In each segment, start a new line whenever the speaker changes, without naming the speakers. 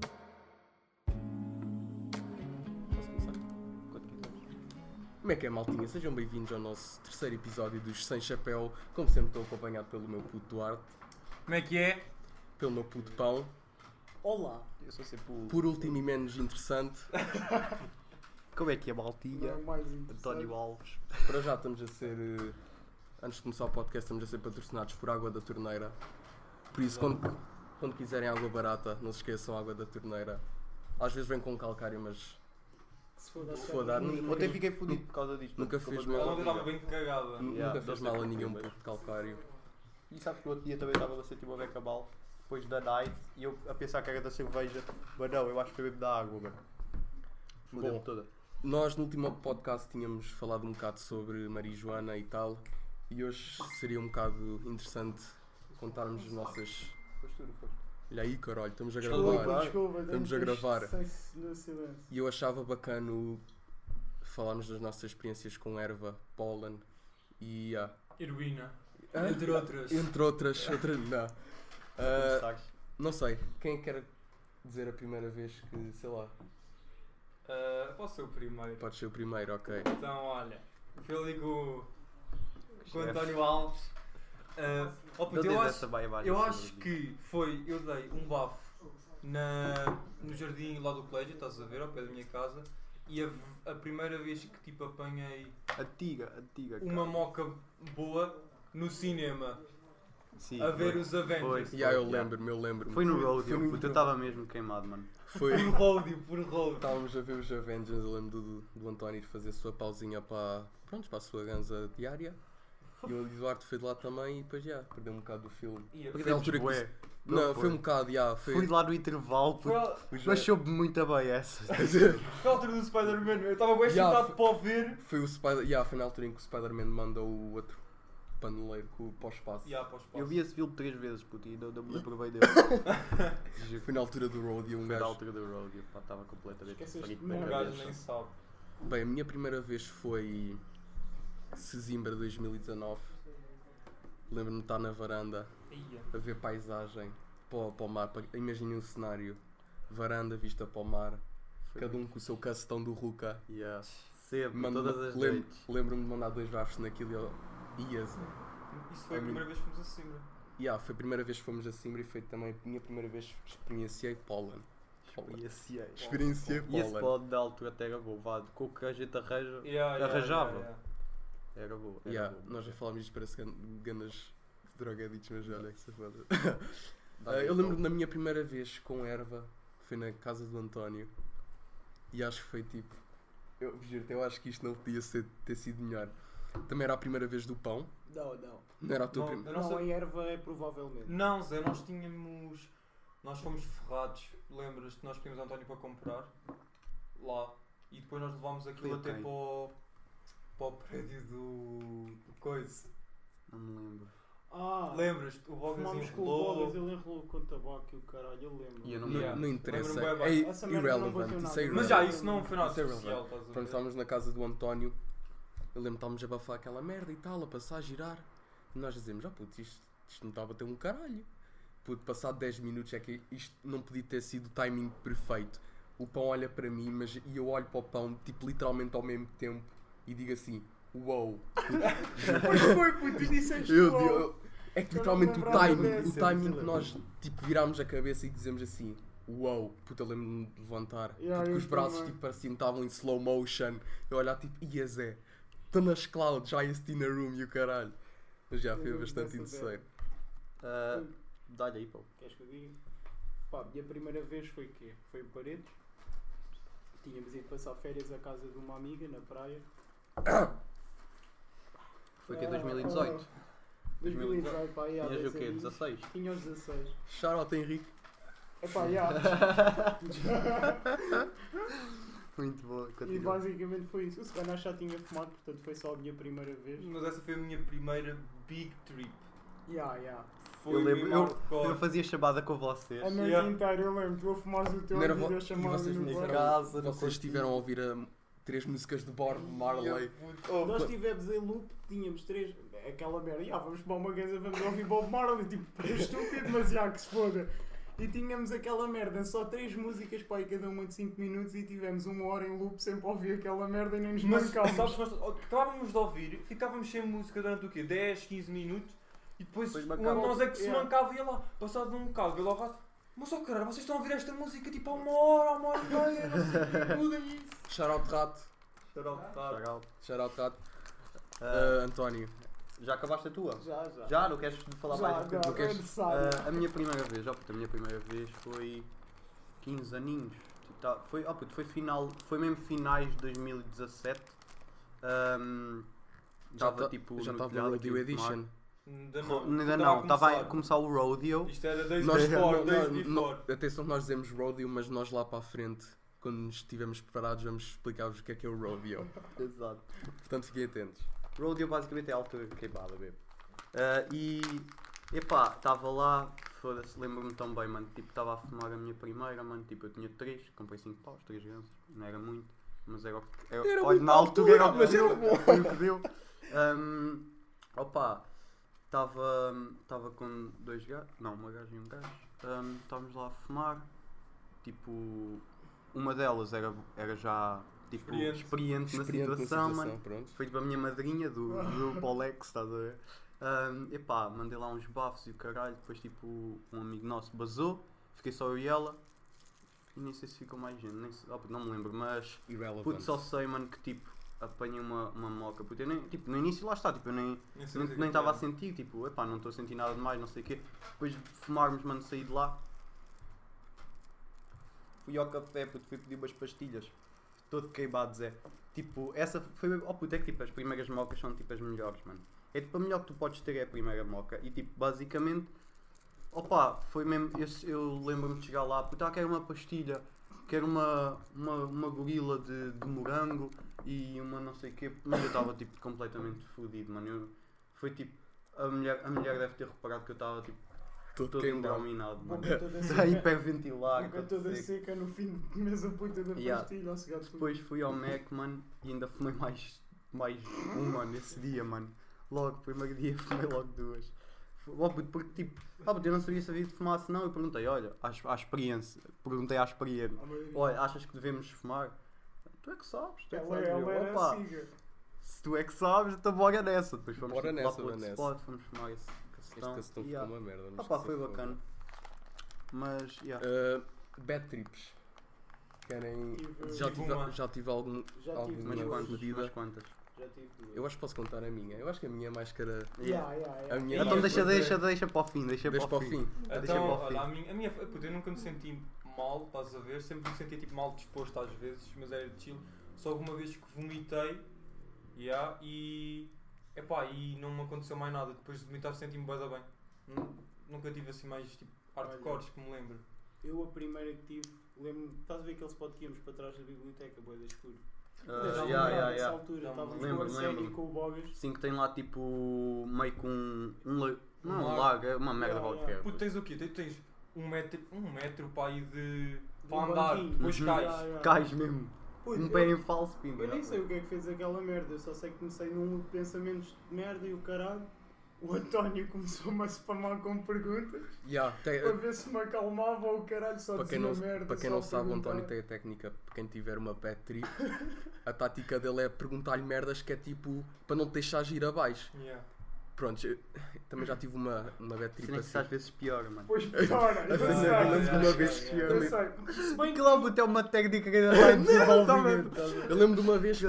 tá Como é que é, maltinha? Sejam bem-vindos ao nosso terceiro episódio dos Sem Chapéu. Como sempre, estou acompanhado pelo meu puto Duarte,
Como é que é?
pelo meu puto Pão,
Olá,
Eu sou sempre o.
por último e menos interessante,
Como é que é, Maltinha?
não é mais interessante.
António Alves.
para já estamos a ser. eh, Antes de começar o podcast, estamos a ser patrocinados por Água da Torneira. Por isso, quando, quando quiserem água barata, não se esqueçam Água da Torneira. Às vezes vem com calcário, mas
Se for dar
se for dar,
Hum.
nu-
Ontem fiquei fodido por causa disto.
Nunca
porque
fiz
eu
mal.
Ela
não
ontem
estava
estava
bem.
bem cagada.
Yeah,
nunca fez
deste
mal a
é
nenhum
perfeito.
puto de calcário.
E sabes que no outro dia também estava a ser tipo uma beca mal, depois da night, e eu a pensar que era da cerveja, mas não, eu acho que foi mesmo da água, mano. Fudeu-me
Bom.
toda.
Nós no último podcast tínhamos falado um bocado sobre marijuana e tal, e hoje seria um bocado interessante contarmos as nossas.
Foste tu, não foste?
Olha aí, caralho, estamos a
Desculpa.
gravar.
desculpa,
Estamos a
tenho
gravar.
sem- sem um silêncio.
E eu achava bacano falarmos das nossas experiências com erva, pólen e. ah,
Heroína.
ah,
Entre outras.
Entre outras, outras não. Ah,
Sabes?
não sei, quem quer dizer a primeira vez que, sei lá,
Ah, posso ser o primeiro?
pode ser o primeiro, ok.
Então, olha. Fui ali com, o- com o
Chefe.
António Alves. Ah, ó, puto,
Não
eu
tens
acho,
essa baia mais
eu
assim,
acho
mas-
que foi. Eu dei um bafo na, no jardim lá do colégio, estás a ver, ao pé da minha casa. E a, a primeira vez que tipo apanhei
Antiga, antiga. cara.
uma moca boa no cinema
Sim,
a ver
foi.
os Avengers.
E aí eu lembro-me, eu lembro-me.
Foi no
Foi
road,
no
puto, eu estava mesmo queimado, mano.
Foi.
Por rodeio, por rodeio.
Estávamos a ver os Avengers, eu lembro do, do António ir fazer a sua pausinha para, pronto, para a sua ganza diária. E o Eduardo foi de lá também e depois já, perdeu um bocado do filme.
E a-
Porque a altura que
Bué.
Não, foi. um bocado, já, foi.
Fui lá no intervalo,
Foi
puto,
a-
Fui já-
mas soube muito bem essa.
Foi a altura do Spider-Man, meu. eu estava bem
Yeah,
chutado
foi-
para ouvir.
Foi o Spider... já, foi na altura em que o Spider-Man manda o outro paneleiro com- para o espaço.
Yeah, para o espaço.
Eu vi esse filme três vezes, puto, e não, não me aprovei dele.
Foi na altura do Road e um
Foi da
gajo...
altura do Rogue, pá, estava completamente
Esqueceste
frito
de
na
mim.
O gajo nem
cabeça.
sabe.
Bem, a minha primeira vez foi Sesimbra 2019. Lembro-me de estar na varanda
Ia.
a ver paisagem para, o- para o mar. para- Imaginem um cenário: varanda, vista para o mar, cada um com o seu cacetão do Ruca.
Yeah. Sempre,
Mando-
todas as
lem-
noites.
Lembro-me de mandar dois bafos naquilo e eu. Ias.
Isso foi a
Amigo.
primeira vez que fomos a Simbra.
Yeah, foi a primeira vez que fomos a Simbra e foi também a minha primeira vez que experienciei pólen. Pólen.
E esse é-
Experienciei
E esse
pólen.
pod da altura até era bom, vá, com o que a gente arranja,
Yeah, yeah,
Arranjava.
yeah, yeah.
era bom. Era
Yeah,
bom.
nós já falámos disto para ganas drogaditos, mas olha que safada.
Dá
Ah, eu
jeito.
lembro-me da minha primeira vez com erva, foi na casa do António, e acho que foi tipo. Eu juro eu acho que isto não podia ser- ter sido melhor. Também era a primeira vez do pão,
Não, não.
não era a tua
Não,
primeira.
eu não
não,
sei-
em erva é provavelmente.
Não, Zé, nós tínhamos. Nós fomos ferrados. Lembras-te? Nós pedimos ao António para comprar lá e depois nós levámos aquilo
Foi
até
quem?
para o, para o prédio do. do Coisa.
Não me lembro.
Ah,
Lembras-te? O Bogas
fumámos com o Bogas,
enrolou.
ele enrolou com tabaco e o caralho, eu lembro.
E eu não me
Não,
Yeah.
não interessa,
Lembro-me
é
bem bem.
Essa merda não
irrelevant,
bateu
isso
nada.
é irrelevant.
Mas já, isso não foi nada
Isso é
especial, estás
Pronto,
a ver?
estávamos na casa do António, eu lembro que estávamos a bafar aquela merda e tal, a passar a girar, e nós dizemos, ah puto, isto, isto não está a bater um caralho. Puto, passado 10 minutos é que isto não podia ter sido o timing perfeito. O pão olha para mim, mas e eu olho para o pão, tipo, literalmente ao mesmo tempo, e digo assim, uau.
Pois foi, puto, tu disseste
Eu,
qual.
eu- é que
Eu
literalmente
não
o
me lembrava
timing, o
dessa,
timing
isso
que
eu
nós tipo, virámos a cabeça e dizemos assim, uau, puta, eu lembro-me de levantar,
Yeah,
tipo,
eu
que os braços
também.
tipo, pareciam que estavam em slow motion, eu olhar tipo, ia Zé, estou nas clouds, já esse Tina Room e o caralho. Mas já
Eu
foi
lembro
bastante é.
dessa
interessante.
Ah, Dá-lhe aí, pô.
Queres que eu diga? Pá, minha primeira vez foi quê? Foi em Paredes. Tínhamos ido passar férias à casa de uma amiga na praia.
Foi que em
Ah,
2018.
2018, pá, aí há
Tinhas o
10
quê?
aninhos.
16?
Tinha os 16.
Charlotte Henrique,
Epá, já.
Muito bom,
E
continua.
basicamente foi isso. O Scanner já tinha fumado, portanto foi só a minha primeira vez.
Mas essa foi a minha primeira big trip.
Ya, ya.
Foi
Eu lembro,
mesmo
eu,
hardcore.
eu fazia chamada com vocês.
A noite
Yeah.
inteira eu lembro, tu a fumares o teu
Não era
vídeo
vo- e
chamado
vocês
no
nem
bar.
ficaram- casa, no
vocês estiveram a ouvir a, três músicas de
Uhum.
Bob Marley.
Oh,
Nós tivemos em loop, tínhamos três, aquela merda, ya, vamos para uma casa, vamos ouvir Bob Marley, tipo, é estúpido, mas já que se foda. E tínhamos aquela merda, só três músicas para aí cada uma de 5 minutos e tivemos uma hora em loop sempre a ouvir aquela merda e nem nos
Mas
marcámos.
sabes, nós acabávamos de ouvir, ficávamos sem música durante o quê? 10, 15 minutos e depois,
Depois
um de
marcava
nós é que se
Yeah.
mancava e ia lá, passado um bocado, ia lá ao rato. Mas ó caralho, vocês estão a ouvir esta música tipo há uma hora, há uma hora e meia, não sei o quê, mudem isso.
Shoutout Rato.
Charaltar.
Legal.
Shoutout Rato.
Ah,
Ah, António.
já acabaste a tua?
Já, já.
Já? Não queres falar
já,
mais? um
já,
não queres?
é necessário.
Ah, a minha primeira vez, ó puto, a minha primeira vez foi 15 aninhos. Tipo, tá- foi, ó puto, foi final, foi mesmo finais de 2017. Ahm,
Já
tava,
tá-
tipo
já
no
estava
telhado
o
aqui
Audio
do Tomar.
Edition.
Ainda
Ro- Ainda não, estava a
começar.
começar o rodeo.
Isto era Days
Nós-
Before,
não,
Days
não,
Before.
Atenção, nós dizemos rodeo, mas nós lá para a frente, quando nos estivermos preparados, vamos explicar-vos o que é que é o rodeo.
Exato.
Portanto, fiquem atentos.
Rodeo basicamente é altura queimada mesmo. Ah, e epá, estava lá, foda-se, lembro-me tão bem, mano. Tipo, estava a fumar a minha primeira, mano. Tipo, eu tinha três, comprei cinco paus, três gansos, não era muito, mas era o que. Era, olha,
muito
na
à
altura era o que
altura,
deu,
mas era
foi o que deu. Ahm, opa, estava estava com dois gajos, não, uma gaja e um gajo. Ahm, Estávamos lá a fumar, tipo, uma delas era, era já tipo,
Experiente.
experiente,
Experiente na
na situação, mano.
pronto.
Foi tipo a minha madrinha do, do Polex, estás a ver? Ahm, epá, mandei lá uns bafos e o caralho, depois tipo um amigo nosso basou, fiquei só eu e ela. E nem sei se ficou mais gente, nem sei- oh, puto, não me lembro, mas
Irrelevant.
puto, só sei, mano, que tipo apanhei uma, uma moca, puto, eu nem, tipo, no início lá está, tipo, eu nem
sabia o que é que
nem estava a
era.
sentir, tipo, epá, não estou a sentir nada demais, não sei o quê. Depois de fumarmos, mano, saí de lá. Fui ao café, puto, fui pedir umas pastilhas. Todo queimado, Zé. Tipo, essa foi. Oh puto, é que tipo, as primeiras mocas são tipo as melhores, mano. É tipo a melhor que tu podes ter é a primeira moca. E tipo, basicamente. Opa, foi mesmo. Eu, eu lembro-me de chegar lá, puto, ah, quero uma pastilha, quero uma, uma, uma gorila de, de morango e uma não sei o quê. Mas eu estava tipo completamente fodido, mano. Eu- foi tipo. A mulher, a mulher deve ter reparado que eu estava tipo
Todo
todo
queimado.
endrominado, mano.
Boca toda
A
seca.
hiperventilar.
Boca
todo
toda
seco.
seca no fim de mesa puta da
tá Yeah.
pastilha ao cigarro.
Depois fui ao Mac, mano, e ainda fumei mais, mais uma nesse dia, mano. Logo, primeiro dia fumei logo duas. Fu- Oh, puto, porque tipo, ah, puto, eu não sabia se havia de fumar, se não. Eu perguntei, olha, à, ex- à experiência. Perguntei à experiência.
À maioria.
Olha, achas que devemos fumar? Tu é que sabes, tu é que
Ela
sabes.
ela
Eu,
era
opa,
siga.
se tu é que sabes, então bora nessa. Depois fomos
Bora
lá
nessa,
para outro
bora nessa.
spot, fomos fumar esse
Este
castão.
cacetão ficou
Yeah.
uma merda. não
Ah pá,
esqueci
foi
de falar.
bacana. Mas, yeah.
Ah, bad trips. Querem.
Tive-
Já
Tive
tive,
uma.
já tive algum.
Já
Algumas
tive
mas
uma
duas.
quantas,
fodida.
mas quantas.
Já tive duas.
Eu acho que posso contar a minha. Eu acho que a minha é mais cara.
Yeah.
Yeah, yeah, yeah.
A minha
Então
é
deixa,
Mas é-
deixa, deixa para o fim, deixa,
Deixa para o fim.
Ah, deixa-me
Então,
ao fim.
olha, a minha, a minha foi- puta, eu nunca me senti mal, estás a ver? Sempre me sentia tipo, mal disposto às vezes, mas era de chill. Só alguma vez que vomitei, yeah, e. Epá, e não me aconteceu mais nada. Depois de vomitar senti-me bué da bem. Nu- Nunca tive assim mais tipo hardcores que me lembro.
Eu a primeira que tive, lembro-me, estás a ver aquele spot que íamos para trás da biblioteca, boa da escuro?
Ah,
já
yeah,
me lembro
yeah,
dessa
yeah.
altura,
Já me
estávamos
lembro,
com o Arsénio e
lembro-me.
com o Bogas.
Sim, que tem lá tipo meio que um. um la- Não, é
Um
um
lago.
lago, é uma merda
Yeah,
qualquer.
yeah.
Puto, tens o quê? Tens, tens um metro, um metro para aí de.
De
para
um
andar,
banquinho.
depois
Uhum.
cais.
Yeah, yeah.
Cais mesmo.
Puto,
um
eu-
pé em falso, pimba.
Eu nem sei o que é que fez aquela merda, eu só sei que comecei num loop de pensamentos de merda e o caralho. O António começou-me a spamar com perguntas
Yeah, tem-
para ver se me acalmava ou o caralho só
para quem
dizia
não,
merda.
para quem
só
não sabe, o
perguntar.
António tem a técnica. Para quem tiver uma bad trip, a tática dele é perguntar-lhe merdas que é tipo. para não te deixar ir abaixo.
Yeah.
Pronto, eu- também já tive uma, uma bad
é.
trip
Cenas é que às
assim.
vezes piora, mano.
Pois piora, eu
Ah,
yeah,
sei,
yeah,
de uma vez
yeah,
que
yeah.
eu sei. Se bem tá que
Aquilo puto, é uma técnica que ainda está em desenvolvimento. tá
Exatamente. tá Eu lembro de uma vez que,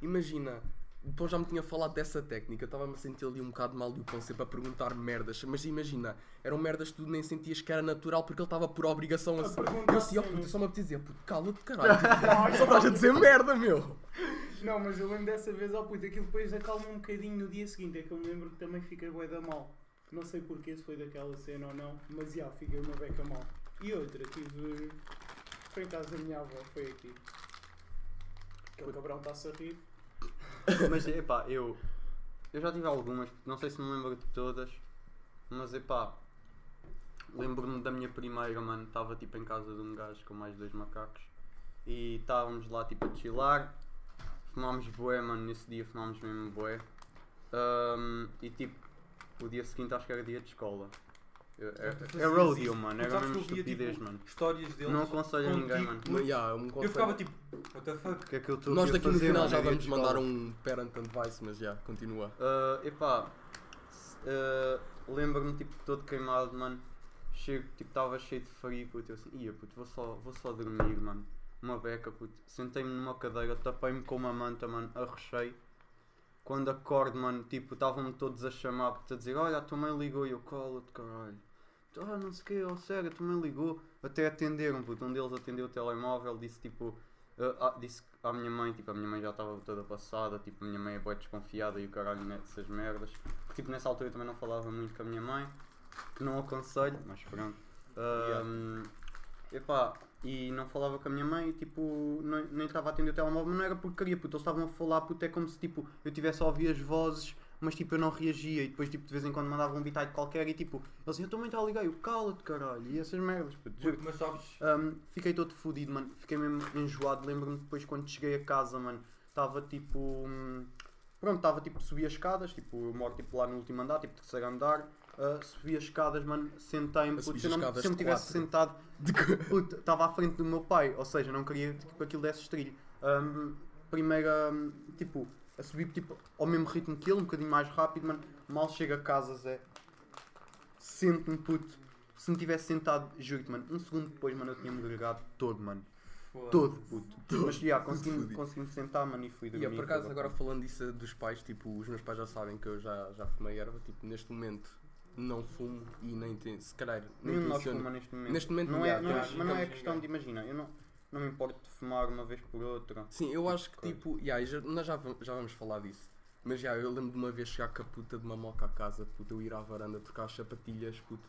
imagina, o Pão já me tinha falado dessa técnica, eu estava-me a sentir ali um bocado mal e o Pão sempre a perguntar merdas, mas imagina, eram merdas que tu nem sentias que era natural porque ele estava por obrigação a
A
ser.
perguntar
Eu assim, ó
cenas.
puto, eu só me apetecia, puto, cala-te caralho, tu só estás a dizer merda, meu!
Não, mas eu lembro dessa vez, ó puto, aquilo depois acalma um bocadinho no dia seguinte, é que eu me lembro que também fiquei bué da mal. Não sei porquê, se foi daquela cena ou não, mas já, fiquei uma beca mal. E outra, tive... Foi em casa da minha avó, foi aqui. Aquele cabrão está-se a rir.
Mas epá, eu. Eu já tive algumas, não sei se me lembro de todas, mas epá. Lembro-me da minha primeira, mano. Estava tipo em casa de um gajo com mais dois macacos e estávamos lá tipo a chilar. Fumámos boé, mano. Nesse dia fumámos hum, mesmo boé. e tipo, o dia seguinte acho que era dia de escola.
Então,
É,
É rodeo, mano.
Mas
Era
sabes Então, que eu via,
mesmo estupidez,
tipo,
mano.
Histórias deles.
Não aconselho a ninguém,
contigo.
mano.
é, yeah, é um
Eu
conceito.
ficava tipo, what the fuck?
O que é que eu estou
Nós
aqui a
daqui no
fazer,
final
mano?
já
Eu ia
vamos
buscar.
mandar um parent advice, mas já, continua.
Ah, epá, s- ah, lembro-me, tipo, todo queimado, mano. Chego, tipo, estava cheio de frio, puto. Eu assim, ia, puto, vou só, vou só dormir, mano. Uma beca, puto. Sentei-me numa cadeira, tapei-me com uma manta, mano. Arrochei. Quando acordo, mano, tipo, estavam-me todos a chamar, puto, a dizer, olha, a tua mãe ligou. E eu, colo-te, caralho. Ah, não sei o quê, oh, sério, a tua mãe ligou. Até atenderam, puto. Um deles atendeu o telemóvel, disse, tipo... Ah, ah, disse à minha mãe, tipo, a minha mãe já estava toda passada, tipo, a minha mãe é bem desconfiada e o caralho né, dessas merdas. Porque, tipo, nessa altura eu também não falava muito com a minha mãe, que não aconselho, mas pronto. Ahm, Epá, e não falava com a minha mãe e, tipo, não- nem estava a atender o telemóvel, mas não era porque queria, puto, eles estavam a falar, puto, é como se, tipo, eu tivesse a ouvir as vozes, mas, tipo, eu não reagia e depois, tipo, de vez em quando mandava um bitite qualquer e, tipo, eles diziam, eu também está a ligar, eu cala-te, caralho, e essas merdas, puto, juro.
Mas sabes,
Um, fiquei todo fodido, mano. Fiquei mesmo enjoado. Lembro-me depois quando cheguei a casa, mano. Estava tipo. hum, Pronto, estava tipo. Subi as escadas, tipo. Eu moro tipo, lá no último andar, tipo terceiro andar. ah, subi as escadas, mano. Sentei-me.
Ah,
puto,
subiste
Se eu
as
não
escadas
se eu me
de
tivesse
quatro.
sentado, puto, estava à frente do meu pai. Ou seja, não queria que aquilo desse estrilho. Um, primeira. hum, Tipo. A subir tipo, ao mesmo ritmo que ele, um bocadinho mais rápido, mano. Mal chego a casa, Zé. Sento-me, puto. Se me tivesse sentado, juro-te, mano, um segundo depois, mano, eu tinha-me gregado todo, mano.
foda-se.
Todo, puto. Mas, já, consegui-me
fudido.
consegui sentar, mano, e fui
E
dormir.
é, por acaso,
foi
agora
bacana.
falando disso dos pais, tipo, os meus pais já sabem que eu já, já fumei erva, tipo, neste momento não fumo e nem tenho, se calhar, nem
Nenhum de nós
tenciono.
fuma neste momento.
Neste momento
não
não,
é,
já,
não é-
temos-
Mas não é
estamos
questão
ninguém.
de, imagina, eu não, não me importo de fumar uma vez por outra.
Sim, eu acho que
coisa.
tipo, yeah, já, nós já, va- já vamos falar disso. Mas já, eu lembro de uma vez chegar com a puta de uma moca à casa, puta, eu ir à varanda trocar as sapatilhas, puta.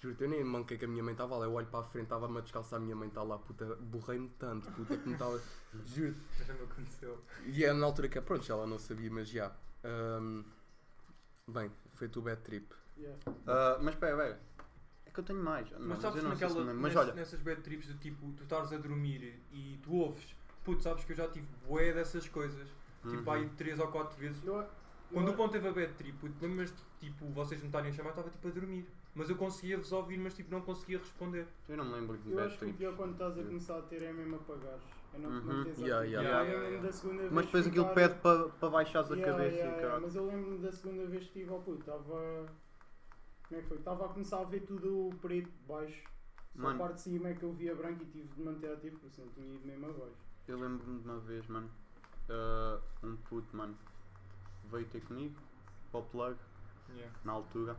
Juro-te, eu nem manquei que a minha mãe estava lá, eu olho para a frente, estava-me a descalçar, a minha mãe está lá, puta, borrei-me tanto, puta, que me estava. Juro-te.
Já me aconteceu.
E é na altura que, pronto, já ela não sabia, mas já. Ahm, bem, foi tu bad trip.
Yeah.
Ah, mas espera, espera. É que eu tenho mais. Não,
Mas sabes
eu não sei se
naquela,
me lembro. Mas
ness-
olha,
nessas bad trips do tipo, tu estares a dormir e tu ouves, puto, sabes que eu já tive bué dessas coisas, tipo
Uhum.
aí 3 ou 4 vezes.
Eu- eu-
Quando o Pão teve a bad trip, puto, lembras tipo, vocês me estarem a chamar, eu estava tipo a dormir. Mas eu conseguia-vos ouvir, mas tipo, não conseguia responder.
eu não me lembro de
Eu
bad
acho que o
trips.
pior quando estás a
Eu-
começar a ter é mesmo apagares. É não
Uhum.
não teres
Yeah, yeah.
atitude. Eu
Yeah,
lembro-me
yeah,
da segunda vez
Mas depois aquilo
ficar-
pede para para baixares a
Yeah,
cabeça
yeah,
e
yeah,
caralho.
Mas eu lembro-me da segunda vez que estive ao puto, estava. Como é que foi? Estava a começar a ver tudo preto, baixo. Só
Mano.
a parte de cima é que eu via branco e tive de manter ativo, porque senão tinha ido mesmo abaixo.
Eu lembro-me de uma vez, mano. ah, um puto, mano. Veio ter comigo, para o plug, na altura.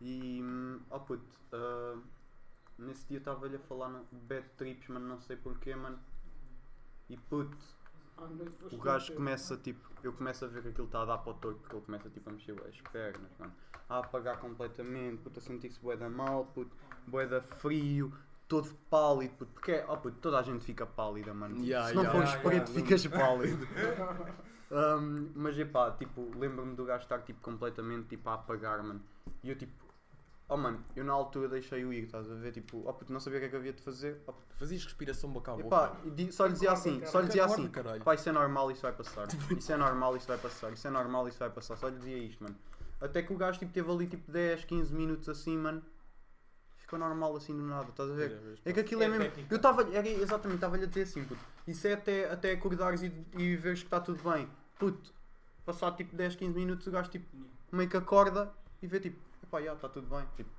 E, hum, oh puto, ah, nesse dia estava-lhe a falar no bad trips, mano, não sei porquê, mano. E puto,
À noite Ah, foste
o gajo
ter.
começa tipo, eu começo a ver que aquilo está a dar para o torto, porque ele começa tipo a mexer as pernas, mano. A apagar completamente, puto, a sentir-se bué da mal, puto, bué da frio, todo pálido, puto, porque é, oh puto, toda a gente fica pálida, mano.
Yeah,
Se não
yeah,
fores
yeah,
preto,
yeah.
ficas pálido. Hum, mas epá, tipo, lembro-me do gajo estar tipo completamente tipo a apagar, mano. E eu tipo, oh mano, eu na altura deixei-o ir, estás a ver? Tipo, oh puto, não sabia o que é que havia de fazer. Oh, puto,
Fazias respiração boca a boca.
epá, e di- só lhe dizia assim, só lhe dizia
Acorda,
assim,
Tá caralho.
pá, isso é normal, isso vai passar. Isso é normal, isso vai passar. Isso é normal, isso vai passar. Só lhe dizia isto, mano. Até que o gajo tipo teve ali tipo 10, 15 minutos assim, mano. Ficou normal assim do nada, estás a ver? É que aquilo é,
É
mesmo.
técnica.
Eu estava. Era exatamente, estava-lhe a ter assim, puto. Isso é até, até acordares e, e veres que está tudo bem. Puto, passar tipo 10, 15 minutos, o gajo tipo, meio que acorda e vê tipo, epá, já, está tudo bem. Tipo,